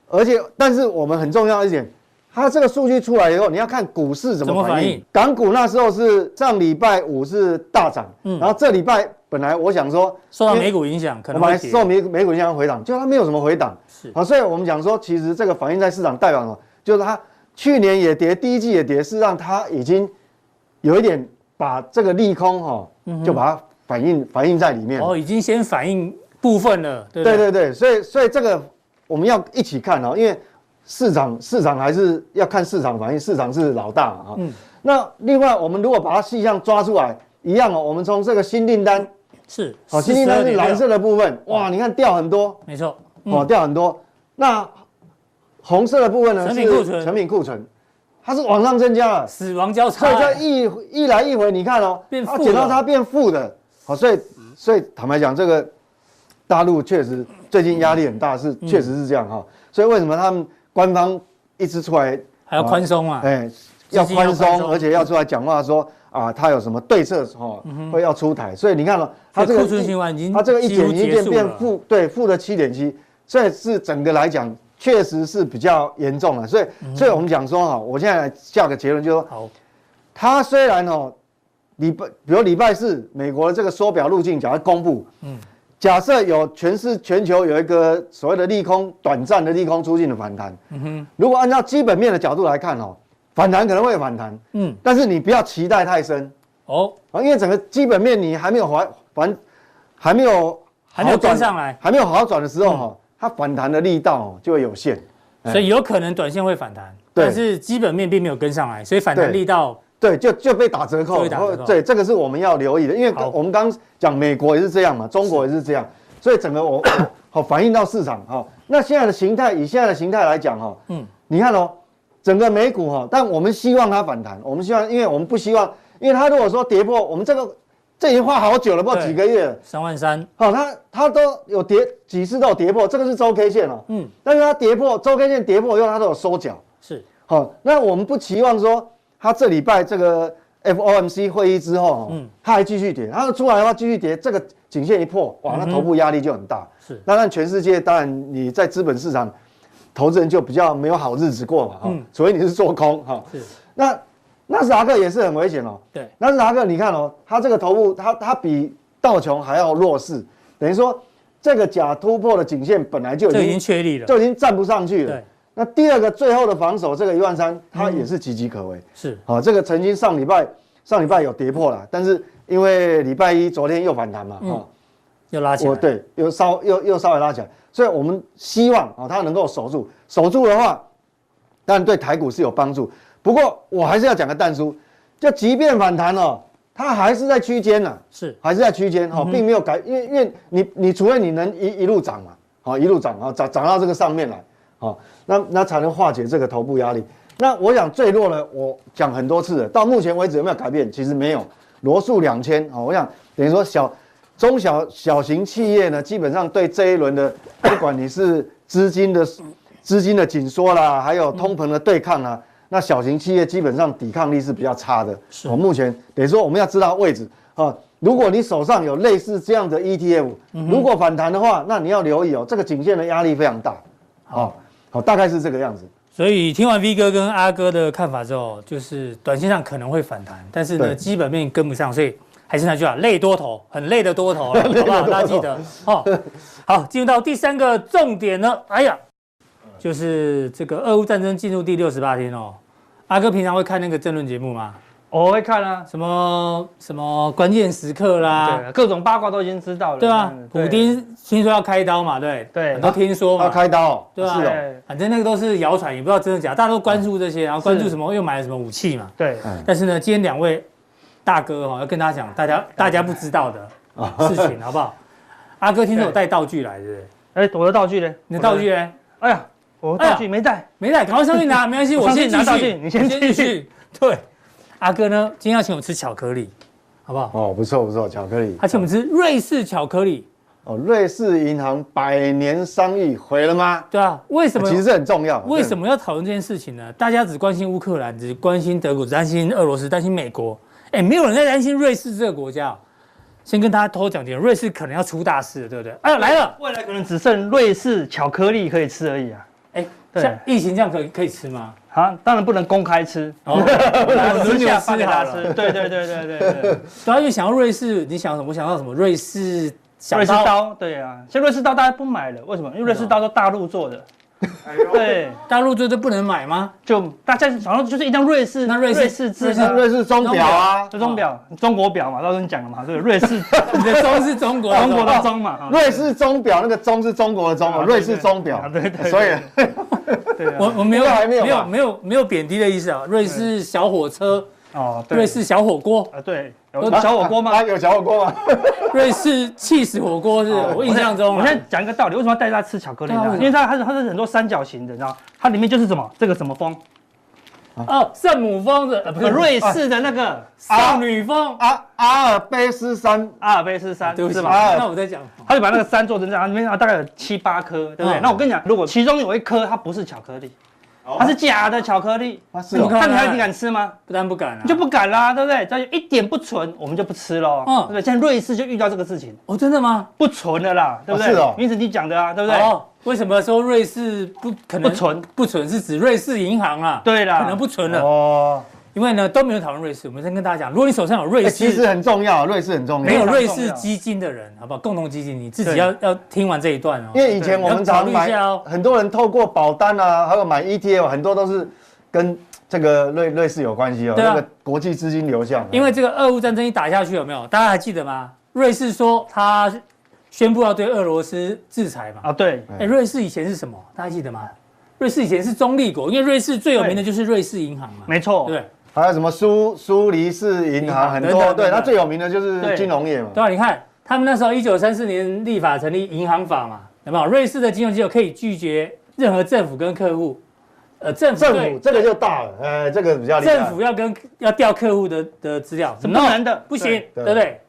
C: 而且但是我们很重要一点，它这个数据出来以后，你要看股市怎
A: 怎么
C: 么反
A: 反
C: 应。
A: 应
C: 港股那时候是上礼拜五是大涨，然后这礼拜本来我想说
A: 嗯受到
C: 因为
A: 美股影响，可
C: 我
A: 能
C: 们
A: 会
C: 还
A: 跌。
C: 受美美股影响回档，就它没有什么回档，
A: 是
C: 好，所以我们讲说，其实这个反映在市场代表什么？就是它去年也跌，第一季也跌，是让它已经有一点把这个利空哈、
A: 嗯
C: 就把它反映反映在里面了。
A: 哦，已经先反映部分了，对不
C: 对
A: 对
C: 对对，所以所以这个我们要一起看哦，因为市场市场还是要看市场反应，市场是老大嘛哈、
A: 嗯
C: 那另外，我们如果把它细项抓出来，一样哦，我们从这个新订单，
A: 是。
C: 好、新订单是哦蓝色
A: 的，
C: 的部分，哇，你看掉很多，
A: 没错。
C: 哦，掉很多。那红色的部分呢？
A: 成
C: 是
A: 品库存
C: 成品库存，它是往上增加了，
A: 死亡交叉
C: 所以，这一一来一回，你看哦，
A: 哎变
C: 它
A: 负嗯
C: 剪到
A: 了
C: 它变负的，好，所以所以坦白讲，这个大陆确实最近压力很大，
A: 嗯
C: 是确实是这样哈。所以为什么他们官方一直出来，
A: 还要宽松啊，
C: 哎，要
A: 资金要宽
C: 宽松，
A: 松
C: 而且要出来讲话说啊，他有什么对策哈，
A: 嗯
C: 会要出台。所以你看了，它
A: 所
C: 这
A: 以
C: 个
A: 库存
C: 一
A: 循环已经
C: 它这个一
A: 几乎
C: 减一
A: 结
C: 变
A: 束
C: 变
A: 了
C: 负，对，负了七点七，所以是整个来讲确实是比较严重了。所以，
A: 嗯
C: 所以我们讲说哈，我现在来下个结论，就是说
A: 好，
C: 它虽然哦，礼拜比如礼拜四美国的这个缩表路径假如公布，嗯，假设有全市全球有一个所谓的利空短暂的利空出尽的反弹，嗯哼，如果按照基本面的角度来看哦，反弹可能会反弹，
A: 嗯，
C: 但是你不要期待太深
A: 哦，
C: 啊，因为整个基本面你还没有还还还没有
A: 还没有
C: 好转
A: 跟上来嗯
C: 还没有好转的时候哈、哦，它反弹的力道、哦、就会有限。
A: 所以有可能短线会反弹，
C: 哎对
A: 但是基本面并没有跟上来，所以反弹
C: 对
A: 力道
C: 对，就就被打折扣
A: 就被打折扣
C: 然后对，这个是我们要留意的，因为
A: 好
C: 我们刚讲美国也是这样嘛，中国也是这样，所以整个我好反映到市场哈、那现在的形态，以现在的形态来讲哈、
A: 嗯
C: 嗯，你看哦，整个美股哈、但我们希望它反弹，我们希望，因为我们不希望，因为它如果说跌破，我们这个这已经画好久了，不知道
A: 对
C: 几个月了。
A: 三万三，
C: 好、它它都有跌几次都有跌破，这个是周 K 线哦。
A: 嗯
C: 嗯，但是它跌破周 K 线跌破以后，它都有收脚。
A: 是
C: 好、那我们不期望说它这礼拜这个 FOMC 会议之后，
A: 嗯
C: 嗯，它还继续跌，它出来的话继续跌，这个颈线一破，哇，那头部压力就很大。
A: 嗯是
C: 那让全世界当然你在资本市场，投资人就比较没有好日子过嘛，哈、
A: 嗯
C: 除非你是做空哈、
A: 是，
C: 那纳斯达克也是很危险哦。
A: 对，
C: 纳斯达克你看哦，它这个头部，它它比道琼还要弱势，等于说这个假突破的颈线本来就
A: 这个
C: 已
A: 已经
C: 经
A: 确立了，
C: 就已经站不上去了
A: 对。
C: 那第二个最后的防守，这个一万三，它也是岌岌可危。
A: 是
C: 好、这个曾经上礼拜上礼拜有跌破了，但是因为礼拜一昨天又反弹嘛，哦，
A: 又嗯拉起
C: 我
A: 来，，
C: 对又稍又又稍微拉起来，所以我们希望啊、哦它能够守住，守住的话，当然对台股是有帮助。不过我还是要讲个淡叔，就即便反弹哦，它还是在区间呢、啊
A: 是
C: 还是在区间哈，并没有改，因为因为你你除非你能一一路哦涨嘛，好一路涨啊，涨涨到这个上面来，好那那才能化解这个头部压力。那我想最弱呢，我讲很多次了，到目前为止有没有改变？其实没有。罗素两千啊，我想等于说小、中小小型企业呢，基本上对这一轮的， 不管你是资金的资金的紧缩啦，还有通膨的对抗啊，那小型企业基本上抵抗力是比较差的。
A: 是
C: 哦目前等于说我们要知道位置啊。如果你手上有类似这样的 ETF，、如
A: 嗯
C: 果反弹的话，那你要留意哦，这个颈线的压力非常大。好、好，大概是这个样子。
A: 所以听完 V 哥跟阿哥的看法之后，就是短线上可能会反弹，但是呢，
C: 对
A: 基本面跟不上，所以还是那句话，累多头，很累的多 头了，好不好？大家记得哦。好，进入到第三个重点呢，哎呀，就是这个俄乌战争进入第六十八天哦。阿哥平常会看那个政论节目吗？
B: 我会看啊，
A: 什么什么关键时刻啦，
B: 对，各种八卦都已经知道了，
A: 啊对吧
B: 嗯？
A: 普，丁听说要开刀嘛，对，
B: 对
A: 很多听说
C: 要
A: 嘛，
C: 开刀、哦，
A: 对啊
C: 是哦。
B: 对
A: 反正那个都是谣传，也不知道真的假，大家都关注这些，然后关注什么又买了什么武器嘛。
B: 对，
A: 但是呢，今天两位大哥哈、要跟大家讲大家大家不知道的事情，好不好？阿哥听说有带道具来，对不对？
B: 哎，我的道具呢？
A: 你的道具呢？
B: 我的，哎呀，我的道具没带，
A: 没带，赶快上去拿，没关系，我
B: 上去
A: 先
B: 拿
A: 进
B: 道
A: 去
B: 具你先
A: 我进
B: 进去
A: 去。对，阿哥呢，今天要请我吃巧克力，好不好？
C: 哦，不错不错，巧克力。
A: 他请我们吃瑞士巧克力，
C: 哦，瑞士银行百年商誉毁了吗？
A: 对啊，为什么？
C: 其实这很重要。
A: 为什
C: 么？
A: 么要讨论这件事情呢？大家只关心乌克兰，只关心德国，只担心俄罗斯，担心美国，哎，没有人在担心瑞士这个国家哦。先跟大家偷讲点，瑞士可能要出大事了，对不对？哎呦，来了，
B: 未来可能只剩瑞士巧克力可以吃而已啊。
A: 哎，
B: 对
A: 像疫情这样可以可以吃吗？
B: 啊，当然不能公开吃，
A: 哦，我
B: 然
A: 们
B: 后私
A: 轮流
B: 下发
A: 吃
B: 给
A: 好
B: 他
A: 了。
B: 吃。对对对对对对，
A: 然后就想到瑞士，你想什么？我想到什么？瑞士小
B: 瑞士
A: 刀，
B: 刀，对啊，现在瑞士刀大家不买了，为
A: 哦
B: 什么？因为瑞士刀都大陆做的，对，
A: 大陆这都不能买吗？
B: 就大家想要就是一张瑞士
A: 那瑞士
B: 士
A: 瑞士
B: 制的
C: 瑞士钟表啊，
B: 这钟表，中国表嘛，到时候你讲了嘛，对，瑞士
A: 你的钟是中国， 哦
B: 中国的钟嘛，啊
C: 瑞士钟表那个钟是中国的钟，
B: 啊
C: 哦瑞士钟表
B: 啊。对对对
C: 所以
B: 对啊，
A: 我我没有
C: 应该还没有吧
A: 没有没有没有贬低的意思啊。瑞士小火车，
B: 哦，对
A: 瑞士小火锅，
B: 啊，对，有小火锅吗？
C: 啊，有小火锅吗？
A: 瑞士气死火锅是我印象中啊，
B: 哦我现在讲一个道理，为什么要带大家吃巧克力
A: 对啊
B: 呢？因为它它是它是很多三角形的，你知道，它里面就是什么这个什么风，
A: 哦圣母峰的呃不是
B: 呃
A: 呃
B: 瑞士的那个
A: 少女峰，
C: 啊，阿尔卑斯山
B: 阿尔卑斯山，
A: 对不起，
B: 是吧？
C: 啊
A: 那我再讲，
B: 他就把那个山做成这样，里面啊大概有七八颗，对不对？
A: 嗯
B: 那我跟你讲，如果其中有一颗它不是巧克力，它是假的巧克力，
C: 啊，是
A: 你看
B: 那
C: 哦，
B: 你还你敢吃吗？
A: 不但不敢啊，
B: 就不敢啦，对不对？只要有一点不纯，我们就不吃喽，
A: 嗯
B: 对不对？像瑞士就遇到这个事情，
A: 哦真的吗？
B: 不纯的啦，对不对
C: 是哦？
B: 因此你讲的啊，对不对？
A: 哦，为什么说瑞士不可能
B: 不存
A: 不存是指瑞士银行啊？
B: 对啦
A: 可能不存了，
C: 哦，
A: 因为呢都没有讨论瑞士。我们先跟大家讲，如果你手上有瑞
C: 哎其实
A: 士
C: 很重要，瑞士很重
A: 没有
C: 要。
A: 瑞士基金的人，好不好？共同基金你自己
B: 对
A: 要要听完这一段哦
C: 因。为以前我们常
A: 你要考虑
C: 买
A: 一下哦，
C: 很多人透过保单啊，还有买 ETF，很多都是跟这个瑞瑞士有关系哦，
A: 对啊
C: 那个国际资金流向。啊
A: 因为这个俄乌战争一打下去，有没有？大家还记得吗？瑞士说他宣布要对俄罗斯制裁嘛。
B: 啊，对，
A: 哎，瑞士以前是什么？大家记得吗？瑞士以前是中立国，因为瑞士最有名的就是瑞士银行嘛，
B: 没
A: 对
B: 错
A: 不，对？
C: 还有什么苏苏黎世银行很
A: 银行
C: 多，
A: 啊等等等
C: 对，
A: 等
C: 它最有名的就是
B: 对
C: 金融业嘛。
A: 对吧？你看他们那时候一九三四年立法成立银行法嘛，有没有？瑞士的金融机构可以拒绝任何政府跟客户，呃，政府
C: 政
A: 对
C: 府这个就大了，哎，这个比较厉害。
A: 政府要跟要调客户的的资料，
B: 啊怎么不能的？
A: 不行，
B: 对
A: 对不对？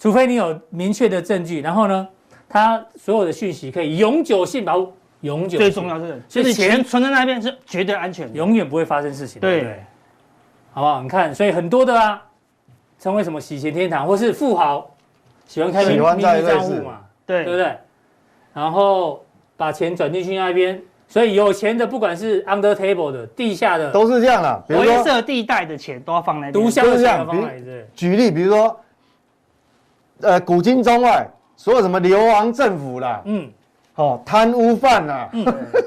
A: 除非你有明确的证据，然后呢，他所有的讯息可以永久性保护，永久
B: 最
A: 性
B: 重要是，
A: 所
B: 就
A: 以
B: 是
A: 钱
B: 钱存在那边是绝对安全的。
A: 永远不会发生事情，对
B: 对
A: 不对？好不好？你看，所以很多的啊，成为什么洗钱天堂，或是富豪喜欢开秘
C: 喜
A: 密
C: 欢
A: 账
C: 在瑞
A: 户
C: 士
A: 嘛，
B: 对
A: 对不对？然后把钱转进去那边，所以有钱的不管是 under table 的、地下的、
C: 都是这样啦。比如
B: 灰
C: 说，
B: 色地带的钱都要放那边。
A: 毒枭的
C: 都是
A: 钱
C: 这样
A: 要放来对，
C: 举例，比如说，呃，古今中外，所有什么流亡政府啦，
A: 嗯，
C: 哦，贪污犯啦，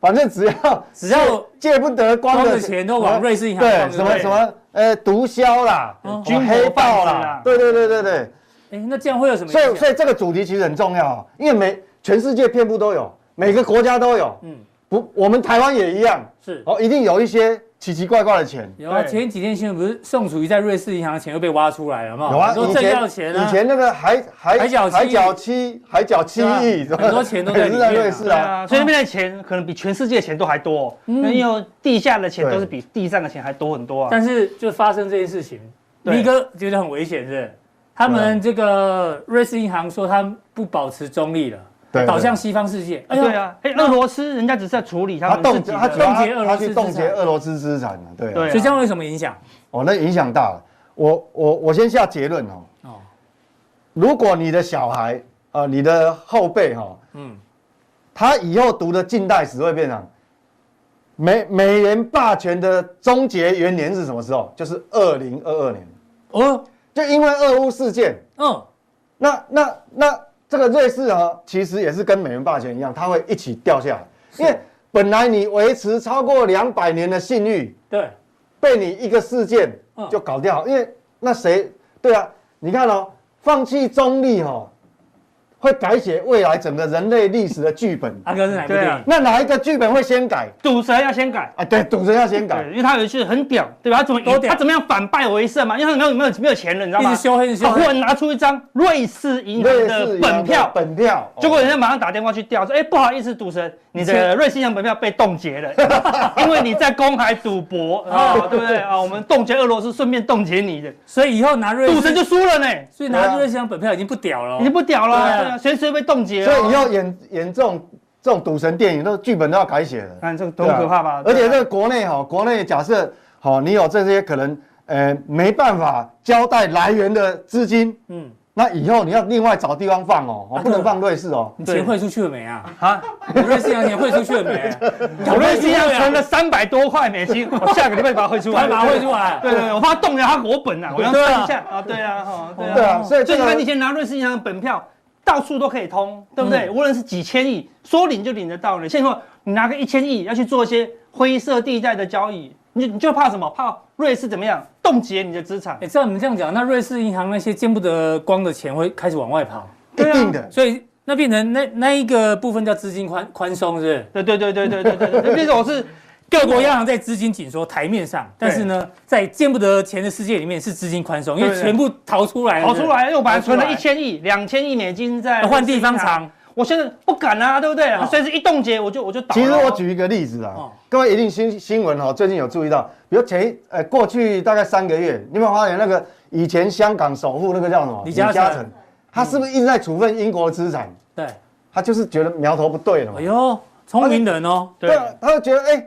C: 反正只要
A: 只要
C: 借不得光
A: 光
C: 的
A: 的钱都往瑞士银行放
C: 对，
A: 对
C: 什
A: 不
C: 么
A: 对
C: 什么，呃，毒枭啦
A: 嗯，
C: 军
B: 军
C: 黑
B: 火贩
C: 道
B: 子
C: 啦
B: 啦，
C: 对对对对对。
A: 哎，那这样会有什么
C: 所以
A: 影
C: 所
A: 响？
C: 以这个主题其实很重要，因为每全世界遍布都有，每个国家都有，
A: 嗯
C: 嗯，不不，我们台湾也一样，
A: 是。
C: 哦，一定有一些奇奇怪怪的钱。
A: 有啊，
B: 对
A: 前几天新闻不是宋楚瑜在瑞士银行的钱又被挖出来了嘛？
C: 有啊，
A: 很多
C: 以
A: 政
C: 前
A: 要钱啊，
C: 以前那个海海
A: 海角七亿
C: 海角七海角七亿，
A: 对啊很多钱都在
C: 也
A: 里面啊嗯
C: 是在瑞士
B: 对
C: 啊。
B: 啊，所以那边的钱可能比全世界的钱都还多、哦，因为地下的钱都是比地上的钱还多很多啊。
A: 但是就发生这件事情，
B: 对
A: 力哥觉得很危险，是不是？他们这个瑞士银行说他们不保持中立了，
C: 对对
A: 导向西方世界。哎呦
B: 对，啊，哎，俄罗斯人家只是在处理他
C: 他
B: 们自
C: 冻
B: 己
C: 结
B: 的
C: 他
A: 冻结俄罗斯
C: 他去
A: 资
C: 冻结
A: 产
C: 俄罗斯资产了，对啊
B: 对啊
A: 所以这样会有什么影响？
C: 哦，那影响大了。我我我先下结论哦，
A: 哦，
C: 如果你的小孩啊、呃你的后辈哈、
A: 嗯，
C: 他以后读的近代史会变成美美元霸权的终结元年是什么时候？就是二零二二年，
A: 哦，
C: 就因为俄乌事件。
A: 嗯，
C: 那那那这个瑞士啊，其实也是跟美元霸权一样，它会一起掉下来，因为本来你维持超过两百年的信誉，
A: 对，
C: 被你一个事件
A: 嗯
C: 就搞掉，因为那谁对啊？你看哦，放弃中立哦，会改写未来整个人类历史的剧本。
A: 阿哥是哪部
B: 对啊
A: 电影？
C: 那哪一个剧本会先改？
B: 赌蛇要先改。
C: 啊，对，赌神要先改
B: 对，，因为他有一句很屌，对吧？他怎么
A: 多屌
B: 他怎么样反败为胜嘛？因为他没有没有没有钱了，你知道
A: 一
B: 吗
A: 直？修黑，一直
B: 他
A: 修
B: 忽
A: 黑。
B: 然拿出一张瑞士银行
C: 瑞
B: 的
C: 士
B: 本票，
C: 本票，哦
B: 结果人家马上打电话去调，说：“哎、不好意思，赌神，你的瑞士银行本票被冻结了，因为你在公海赌博 啊、哦，对不对啊、我们冻结俄罗斯，顺便冻结你的，
A: 所以以后拿瑞
B: 赌
A: 士
B: 神就，输了呢，
A: 所以拿瑞士银行本票已经不屌了
B: 已经
A: 哦。
B: 不屌了，
A: 对啊
B: 对啊，随时被冻结
C: 哦
B: 了。
C: 所以以后演演这种这种赌神电影，那剧本都要改写的。
B: 看这个多可怕吧？
C: 而且这
B: 对啊
C: 个国内哈，国内假设好，你有这些可能呃没办法交代来源的资金，
A: 嗯，
C: 那以后你要另外找地方放哦，
B: 啊
C: 哦不能放瑞士哦。
A: 你
B: 对
A: 钱汇出去了没啊？
B: 啊，
A: 你瑞士银行钱汇出去了 没？啊
B: 我瑞士银行存了三百多块美金，我下个礼拜把它汇出
A: 快
B: 来，
A: 啊把它汇出来
B: 对对对，我怕冻结他国本啊，我要
A: 对啊
B: 算一下啊，对啊，哈，对啊
C: 对。啊，所
B: 所
C: 以这
B: 以你看，你以
C: 个
B: 前拿瑞士银行的本票，到处都可以通，对不对？无论是几千亿，说领就领得到了。现在说你拿个一千亿要去做一些灰色地带的交易，你就你就怕什么？怕瑞士怎么样冻结你的资产？
A: 哎，照你们这样讲，那瑞士银行那些见不得光的钱会开始往外跑，
C: 一
B: 对啊
C: 定的，
A: 所以那变成那那一个部分叫资金宽宽松，是不是？
B: 对对对对对对对对，这种是
A: 各国央行在资金紧缩台面上，但是呢，在见不得钱的世界里面是资金宽松，因为
B: 对
A: 全部逃出来了，
B: 逃出来，因为我本来存了
A: 逃出
B: 一
A: 来
B: 千亿、两千亿美金在
A: 要换地方
B: 瑞士银行，
A: 藏。
B: 我现在不敢啊，对不对？
A: 哦
B: 随时一冻结我就我就倒了。
C: 其实我举一个例子啊
A: 哦，
C: 各位一定新新闻哦，最近有注意到，比如前一呃过去大概三个月，你有没有发现那个以前香港首富那个叫什么
A: 李嘉诚，
C: 他是不是一直在处分英国资产？
A: 对，
C: 他就是觉得苗头不对了嘛
A: 哎。呦，聪明人哦，
C: 对啊，他就觉得哎、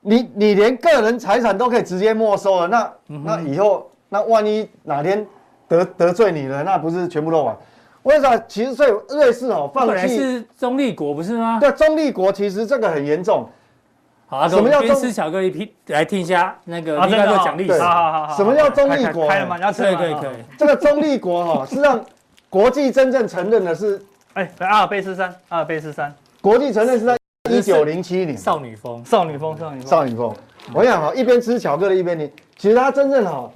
C: 你你连个人财产都可以直接没收了，那、那以后那万一哪天得得罪你了，那不是全部都完？为啥？其实所以瑞士哦，
A: 他
C: 放
A: 本来
C: 弃
A: 是中立国不是吗？
C: 对中立国，其实这个很严重。
A: 好，阿哥，
C: 什
A: 我
C: 么
A: 们
C: 叫
A: 边
C: 中
A: 吃巧克力皮来听一下那个
B: 啊
A: 另外
B: 真的
A: 一个
B: 哦
A: 奖励
C: 对
A: 史。
B: 好好好好，
C: 什么叫中
B: 开
C: 立
B: 开
C: 国
B: 开了吗？你要吃
A: 可
B: 了
A: 以
B: 吗
A: 可以
B: 啊
A: 可以，
C: 这个中立国哈、哦、 是让国际真正承认的是
B: 哎，来阿尔卑斯山，阿尔卑斯山，
C: 国际承认是在一九零七年。
A: 少女风，
B: 少女峰，少女峰，
C: 少女峰，我想哈、哦，一边吃巧克力一边听。其实它真正哈、哦，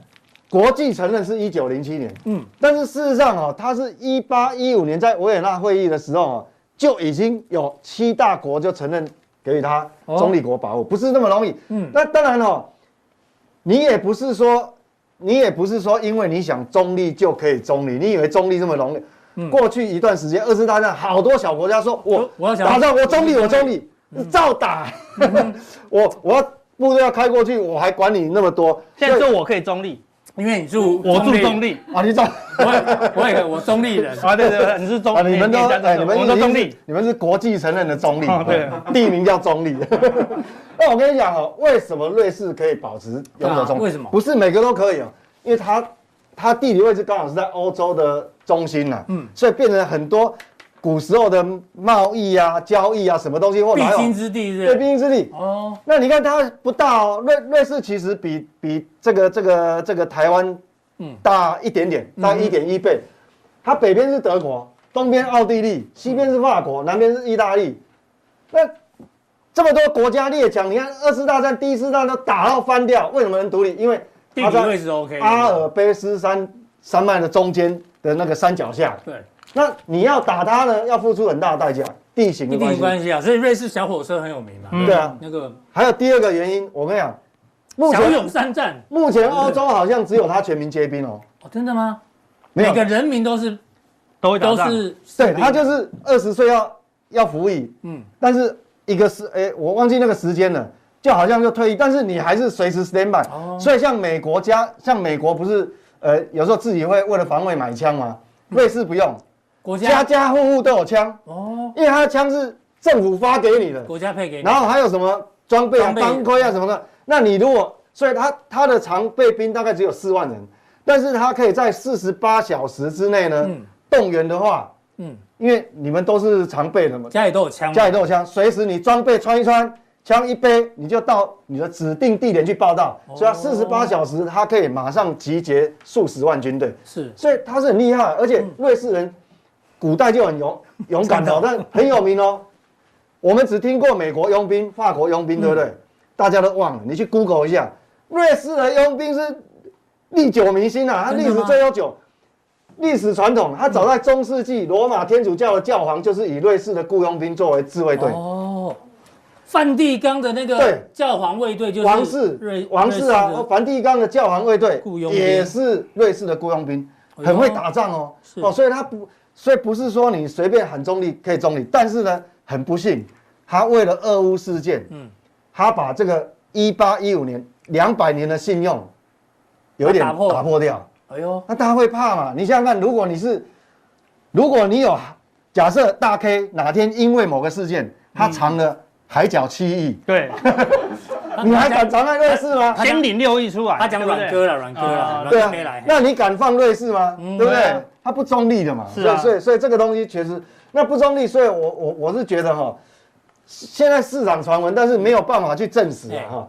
C: 国际承认是一九零七年，
A: 嗯
C: 嗯，但是事实上哈、哦，它是一八一五年在维也纳会议的时候哦，就已经有七大国就承认给予它中立国保护，不是那么容易。
A: 嗯
C: 嗯，那当然哦，你也不是说。你也不是说因为你想中立就可以中立，你以为中立这么容易？过去一段时间，二次大战好多小国家说我
A: 我要想
C: 打仗我中立我中立，照打。我我要部队要开过去，我还管你那么多？
B: 现在
C: 所以
B: 说我可以中立，
A: 因为你住
B: 我住中
A: 立，
B: 立。
C: 啊，你照
A: 我也我也我中立人，
B: 啊，对对对，你是中，
C: 啊，你们都
B: 哎，
C: 哎，
B: 你
C: 你
B: 们
C: 们
B: 我们都
C: 已经
B: 中
C: 是
B: 立，，
C: 你们是国际承认的中立
B: 哦，对，
C: 地名叫中立。 那我跟你讲哦，为什么瑞士可以保持拥有
A: 对
C: 中
A: 啊
C: 立？
A: 为什么
C: 不是每个都可以哦，因为它它地理位置刚好是在欧洲的中心呐，
A: 嗯
C: 嗯，所以变成很多古时候的贸易啊、交易啊，什么东西或
A: 必
B: 哦
C: 哪有
A: 经之地是
C: 对
A: 不
C: 必
A: 是。
C: 经之地。
A: 哦，
C: 那你看它不大哦，瑞瑞士其实比比这个这个这个台湾，
A: 嗯
C: 大一点点，大
A: 嗯
C: 一点一倍。它北边是德国，东边奥地利，西边是法
A: 嗯
C: 国，南边是意大利。那这么多国家列强，你看二次大战、第一次大战都打到翻掉，为什么能独立？因为
A: 地
C: 它
A: 理位
C: 在
A: 置 OK。
C: 阿尔卑斯山山脉的中间的那个山脚下。
A: 对，
C: 那你要打它呢，要付出很大的代价。地形的
A: 一定
C: 关
A: 有
C: 系。
A: 关系啊，所以瑞士小火车很有名嘛。
B: 嗯
A: 不
C: 对啊，
A: 那个
C: 还有第二个原因，我跟你讲，目
A: 小
C: 前
A: 勇三战，
C: 目前欧洲好像只有他全民皆兵哦，
A: 哦，真的吗？
C: 没
A: 每
C: 有
A: 个，人民都是
B: 都会打
A: 都
B: 仗，
A: 是
C: 对他就是二十岁要要服役，
A: 嗯，
C: 但是一个是哎、我忘记那个时间了，就好像就退役，但是你还是随时 stand by、
A: 哦
C: 所以像美国家，像美国不是呃有时候自己会为了防卫买枪吗？瑞士不用，
A: 国嗯
C: 家
A: 家
C: 家户户都有枪，
A: 哦，
C: 因为他的枪是政府发给你的，
A: 国家配给你
C: 然后还有什么装备啊、
A: 哎装备
C: 钢盔啊什么的。那你如果，所以他他的常备兵大概只有四万人，但是他可以在四十八小时之内呢、
A: 嗯
C: 动员的话，
A: 嗯，
C: 因为你们都是常备的嘛，
A: 家里都有枪嘛，
C: 家里都有枪，随时你装备穿一穿，枪一背，你就到你的指定地点去报道。
A: 哦
C: 所以他四十八小时，他可以马上集结数十万军队。
A: 是嗯
C: 所以他是很厉害，而且瑞士人古代就 很勇勇敢的哦，但很有名哦。我们只听过美国佣兵、法国佣兵，对不
A: 嗯
C: 对？大家都忘了，你去 Google 一下，瑞士的佣兵是历久弥新啊，他
A: 真
C: 历
A: 的吗
C: 史最悠久。历史传统，他早在中世纪，罗马天主教的教皇就是以瑞士的雇佣兵作为自卫队，
A: 哦。梵蒂冈的那个
C: 对
A: 教皇卫队就是
C: 王室
A: 瑞
C: 王
A: 瑞
C: 室
A: 士
C: 啊
A: 的，
C: 梵蒂冈的教皇卫队
A: 雇佣兵
C: 也是瑞士的雇佣兵，
A: 哎呦
C: 很会打仗哦。
A: 是
C: 哦，所以他不，所以不是说你随便喊中立可以中立，但是呢，很不幸，他为了俄乌事件，
A: 嗯
C: 他把这个一八一五年两百年的信用有一点
A: 打破
C: 打破掉。
A: 哎呦，
C: 那大家会怕嘛？你想想看，如果你是，如果你有假设大 K 哪天因为某个事件，
A: 嗯
C: 他藏了海角七亿，
B: 对，
C: 你还敢藏在瑞士吗？
B: 先领六亿出来，
A: 他讲
B: 对不对
A: 软哥了，软哥了，
B: 啊
A: 软
C: 对
A: 哥
C: 啊
A: 没来，，
C: 那你敢放瑞士吗？
A: 嗯
C: 对不
B: 对
C: 对
B: 啊？
C: 它不中立的嘛，
B: 是啊
C: 所以所以所以这个东西确实那不中立，所以我我我是觉得哈，现在市场传闻，但是没有办法去证实啊
A: 哎
C: 哈。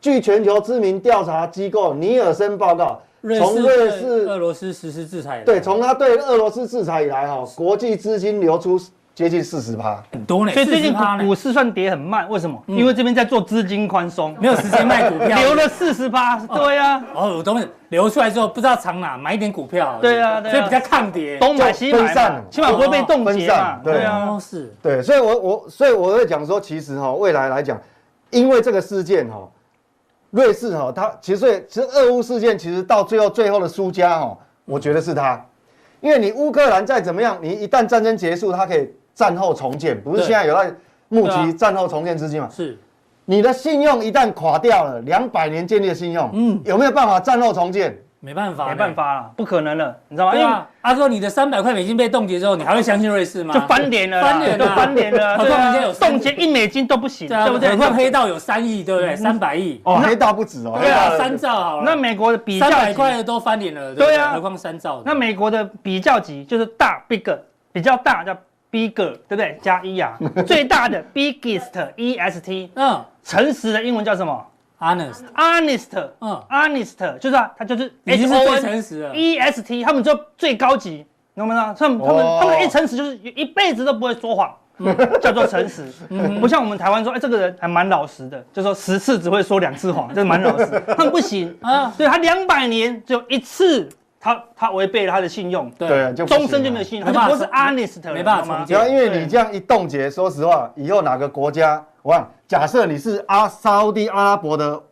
C: 据全球知名调查机构尼尔森报告，
A: 瑞
C: 从
A: 士
C: 瑞
A: 对
C: 士
A: 俄罗斯实施制裁了，
C: 对从他对俄罗斯制裁以来哈，国际资金流出接近四十趴。
A: 很多呢，
B: 所以最近股
A: 40%呢嗯
B: 股市算跌很慢，为什么？因为这边在做资金宽松，
A: 没有时间卖股票，
B: 留了四十八，对啊，
A: 哦，有东西流出来之后不知道藏哪，买一点股票而已，
B: 对啊对啊
A: 所以比较抗跌，
B: 东买西买
C: 分散了
B: 嘛，起码不会被冻
C: 分
B: 结嘛
C: 散，
B: 对啊
A: 哦，，是
C: 对，所以我我所以我会讲说，其实哈、未来来讲，因为这个事件哈、瑞士哈、它其实所以其实俄乌事件其实到最后最后的输家哈、我觉得是他，因为你乌克兰再怎么样，你一旦战争结束，它可以战后重建，不是
A: 对
C: 现在有在募
A: 对啊
C: 集战后重建资金嘛？
A: 是，
C: 你的信用一旦垮掉了，两百年建立的信用，
A: 嗯
C: 嗯，有没有办法战后重建？
A: 没办法，
B: 没办，法了，不可能了，你知道吗？
A: 对
B: 因为
A: 啊，阿哥，你的三百块美金被冻结之后，你还会相信瑞士吗？
B: 就翻脸了啦，
A: 啊翻脸
B: 就
A: 了
B: 翻脸了，
A: 好
B: 对
A: 像人家有
B: 啊，
A: 三
B: 冻结一美金都不行，
A: 对啊，
B: 对不
A: 何况
B: 对？
A: 黑道有三亿，对不对？三百亿，
C: 哦，黑道不止哦，
A: 对啊，
C: 黑道
A: 三兆好了，
B: 那美国的比
A: 三
B: 较
A: 百
B: 级，
A: 块的都翻脸了，
B: 对
A: 对
B: 啊
A: 啊，何况三兆的，
B: 那美国的比较级就是大 big 比较大叫 bigger，对不对？加一啊，最大的 biggest e s t，
A: 嗯
B: 诚实的英文叫什么
A: ，honest，
B: ？honest。
A: 嗯，
B: honest 就是啊，它就是
A: 已
B: H
A: 经是
B: O
A: 最
B: N
A: 诚实了，
B: E S T，他们就最高级，能不能？他们他们、
C: 哦
B: 他们一诚实就是一辈子都不会说谎，
A: 嗯
B: 叫做诚实。不像我们台湾说，哎、这个人还蛮老实的，就说十次只会说两次谎，这蛮老实。他们不行
A: 啊
B: 啊，对他两百年只有一次，他他违背了他的信用，
C: 对啊，就不行
B: 终身就没
C: 了
B: 有信
A: 没
B: 用，
A: 办法
B: 他就不是 honest 了，
A: 没办法
B: 你知道吗
A: 重
C: 只要
A: 建
C: 因为你这样一冻结，说实话，以后哪个国家，我想假设你是阿沙烏地阿拉伯的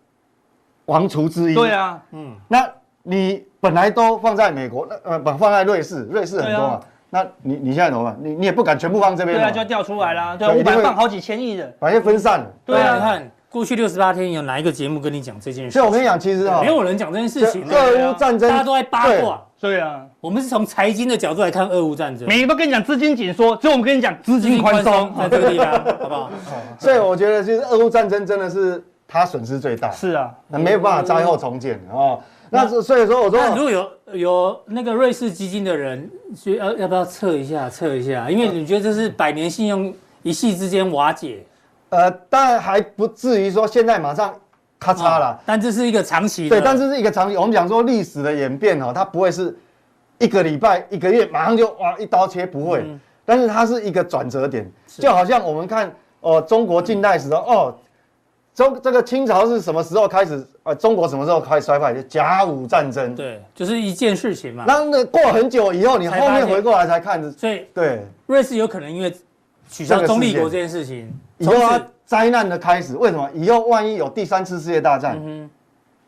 C: 王储之一，
B: 对，啊，
A: 嗯，
C: 那你本来都放在美国，那呃不放在瑞士，瑞士很多
B: 对
C: 嘛，
B: 啊
C: 那你你现在怎么办？你你也不敢全部放这边
B: 对
C: 嘛，
B: 啊，就要调出来啦，对啊，
C: 对
B: 五
C: 一定
B: 百
C: 会
B: 放好几千亿的，
C: 把它分散了。
B: 对
A: 你
B: 啊，
A: 看过去六十八天有哪一个节目跟你讲这件事
C: 所以我跟
A: 情？
C: 你讲，其实哈哦
A: 没，有人讲这件事
C: 这
A: 情啊，
C: 俄乌战争
A: 大家都在八
C: 对
A: 卦。
B: 对啊。
A: 我们是从财经的角度来看俄乌战争，
B: 每个都跟你讲资金紧缩，所以我们跟你讲资金宽松，
A: 在
B: 哦
A: 这个地方，好不好？
C: 所以我觉得就是俄乌战争真的是他损失最大，
B: 是啊，
C: 那没有办法灾后重建哦。那是所以说我说
A: 那如果有有那个瑞士基金的人，需要要不要测一下测一下？因为你觉得这是百年信用一夕之间瓦解，
C: 呃，当然还不至于说现在马上咔嚓了
A: 啊。但这是一个长期的，
C: 对，但是是一个长期。我们讲说历史的演变哦，它不会是一个礼拜、一个月马上就哇一刀切，不会。
A: 嗯
C: 但是它是一个转折点，就好像我们看哦、中国近代史候哦，中这个清朝是什么时候开始？呃，中国什么时候开始衰败？就甲午战争。
A: 对，就是一件事情嘛。
C: 那那过很久以后，你
A: 才
C: 后
A: 发
C: 面
A: 现
C: 回过来才看，
A: 所以
C: 对
A: 瑞士有可能因为取消中立
C: 这个
A: 国
C: 事
A: 这件
C: 件
A: 事情，
C: 以后啊灾难的开始。为什么？以后万一有第三次世界大战，
A: 嗯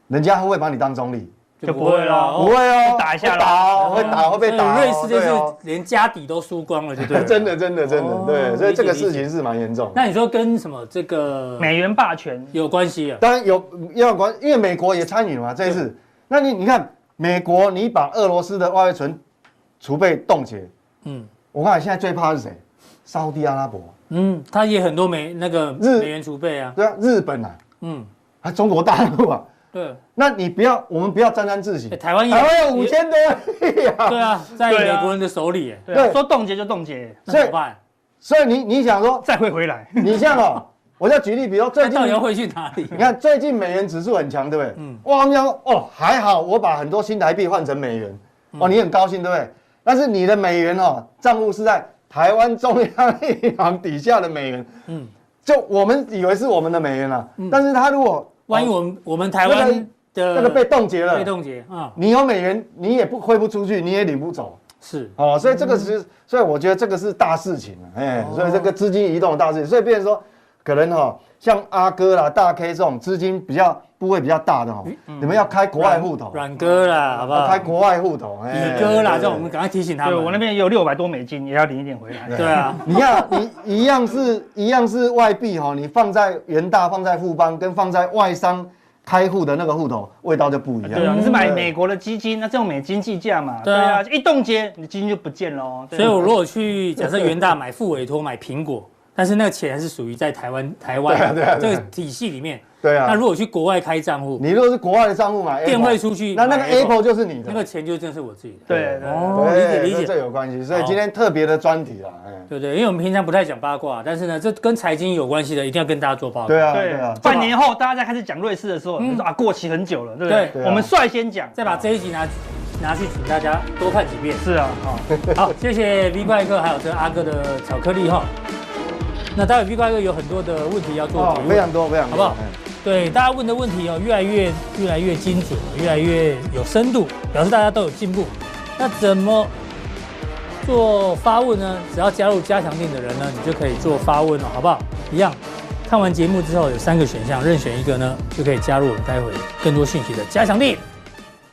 C: 人家会不会把你当中立？
A: 哼
B: 就不会啦
A: 了，
C: 不会哦，
B: 打一下
C: 会
B: 啦
C: 打哦，会打会被打哦。
A: 嗯所以瑞士这
C: 对
A: 次
C: 哦
A: 连家底都输光了，就对了。
C: 真的真的真的
A: 哦
C: 对，所以这个
A: 理解理
C: 事
A: 解
C: 情是蛮严重的。
A: 那你说跟什么这个
B: 美元霸权，
A: 有关系啊？
C: 当然有要有关，因为美国也参与了嘛这一次。
A: 嗯
C: 那你你看，美国你把俄罗斯的外汇存储备冻结，
A: 嗯
C: 我告诉你，现在最怕的是谁？沙地阿拉伯，
A: 嗯，它也很多美那个
C: 日
A: 美元储备啊，
C: 对啊，日本啊，
A: 嗯，
C: 啊中国大陆啊。
A: 对，
C: 那你不要，我们不要沾沾自喜
A: 哎，台湾也
C: 台湾有五，千多亿啊，
A: 对啊，在
B: 对啊
A: 美国人的手里，哎
B: 对啊
C: 对
B: 说冻结就冻结，
A: 那怎么办？
C: 所以你你想说，
B: 再会回来。
C: 你像哦，我再举例，比如说
A: 那
C: 最近
A: 到底要汇去哪里？
C: 你看最近美元指数很强，对不对？
A: 嗯
C: 嗯，哇，我们讲哦，还好我把很多新台币换成美元，
A: 嗯
C: 哦，你很高兴，对不对？但是你的美元哦，账户是在台湾中央银行底下的美元，
A: 嗯
C: 嗯，就我们以为是我们的美元了，但是它如果
A: 万一我
C: 哦
A: 们我们台湾的
C: 那个被呃冻结了
A: 呃被，冻结啊，
C: 你有美元，你也不挥不出去，你也领不走，
A: 是
C: 哦，所以这个是，所以我觉得这个是大事情啊，哎、
A: 嗯哦
C: 所以这个资金移动的大事情，所以变成说，可能哈、像阿哥啦、大 K 这种资金比较部位比较大的哈、你们要开国外户头，
A: 嗯软哥啦，好不
C: 要
A: 好？
C: 开国外户头，哎
A: 乙哥啦，
C: 对
A: 这种我们赶快提醒他
B: 对
A: 们。
B: 我那边也有六百多美金，也要领一点回来。
A: 对啊，
C: 你看你一样是一样是外币哈、你放在元大、放在富邦跟放在外商开户的那个户头，味道就不一样。
B: 对啊，你是买
C: 对
B: 美国的基金，那这种美金计价嘛？
A: 对
B: 对
A: 啊
B: 啊，一冻结你基金就不见了哦。对
A: 所以我如果去假设元大买副委托买苹果，但是那个钱还是属于在台湾台
C: 啊
A: 湾这个体系里面。
C: 对
A: 那
C: 啊，
A: 如果去国外开账户，
C: 你如果是国外的账户买 Apple,
A: 电汇出去，
C: 那那个
A: 买 Apple，
C: Apple 就是你的，
A: 那个钱就真是我自己的。
B: 对对
A: 哦理解
C: 对，
A: 理解
C: 跟这有关系，所以
A: 好
C: 今天特别的专题啦，哎。
A: 对对，因为我们平常不太讲八卦，但是呢，这跟财经有关系的，一定要跟大家做报告。
C: 对啊，对
B: 对
C: 啊，
B: 半年后大家在开始讲瑞士的时候，你说啊过期很久了，对不
A: 对
B: 对
C: 对？啊
B: 我们率先讲，
A: 再把这一集拿拿去请大家多看几 遍。
B: 是啊，啊。
A: 好，谢谢 V 怪客还有这个阿哥的巧克力哈。那待会 V 怪客有很多的问题要做
C: 哦
A: 提，
C: 非
A: 问，
C: 常多，非常
A: 好
C: 多，
A: 不好
C: 哎
A: 对大家问的问题哦，越来越越来越精准，越来越有深度，表示大家都有进步。那怎么做发问呢？只要加入加强定的人呢，你就可以做发问了，好不好？一样，看完节目之后有三个选项，任选一个呢，就可以加入我们待会更多讯息的加强定。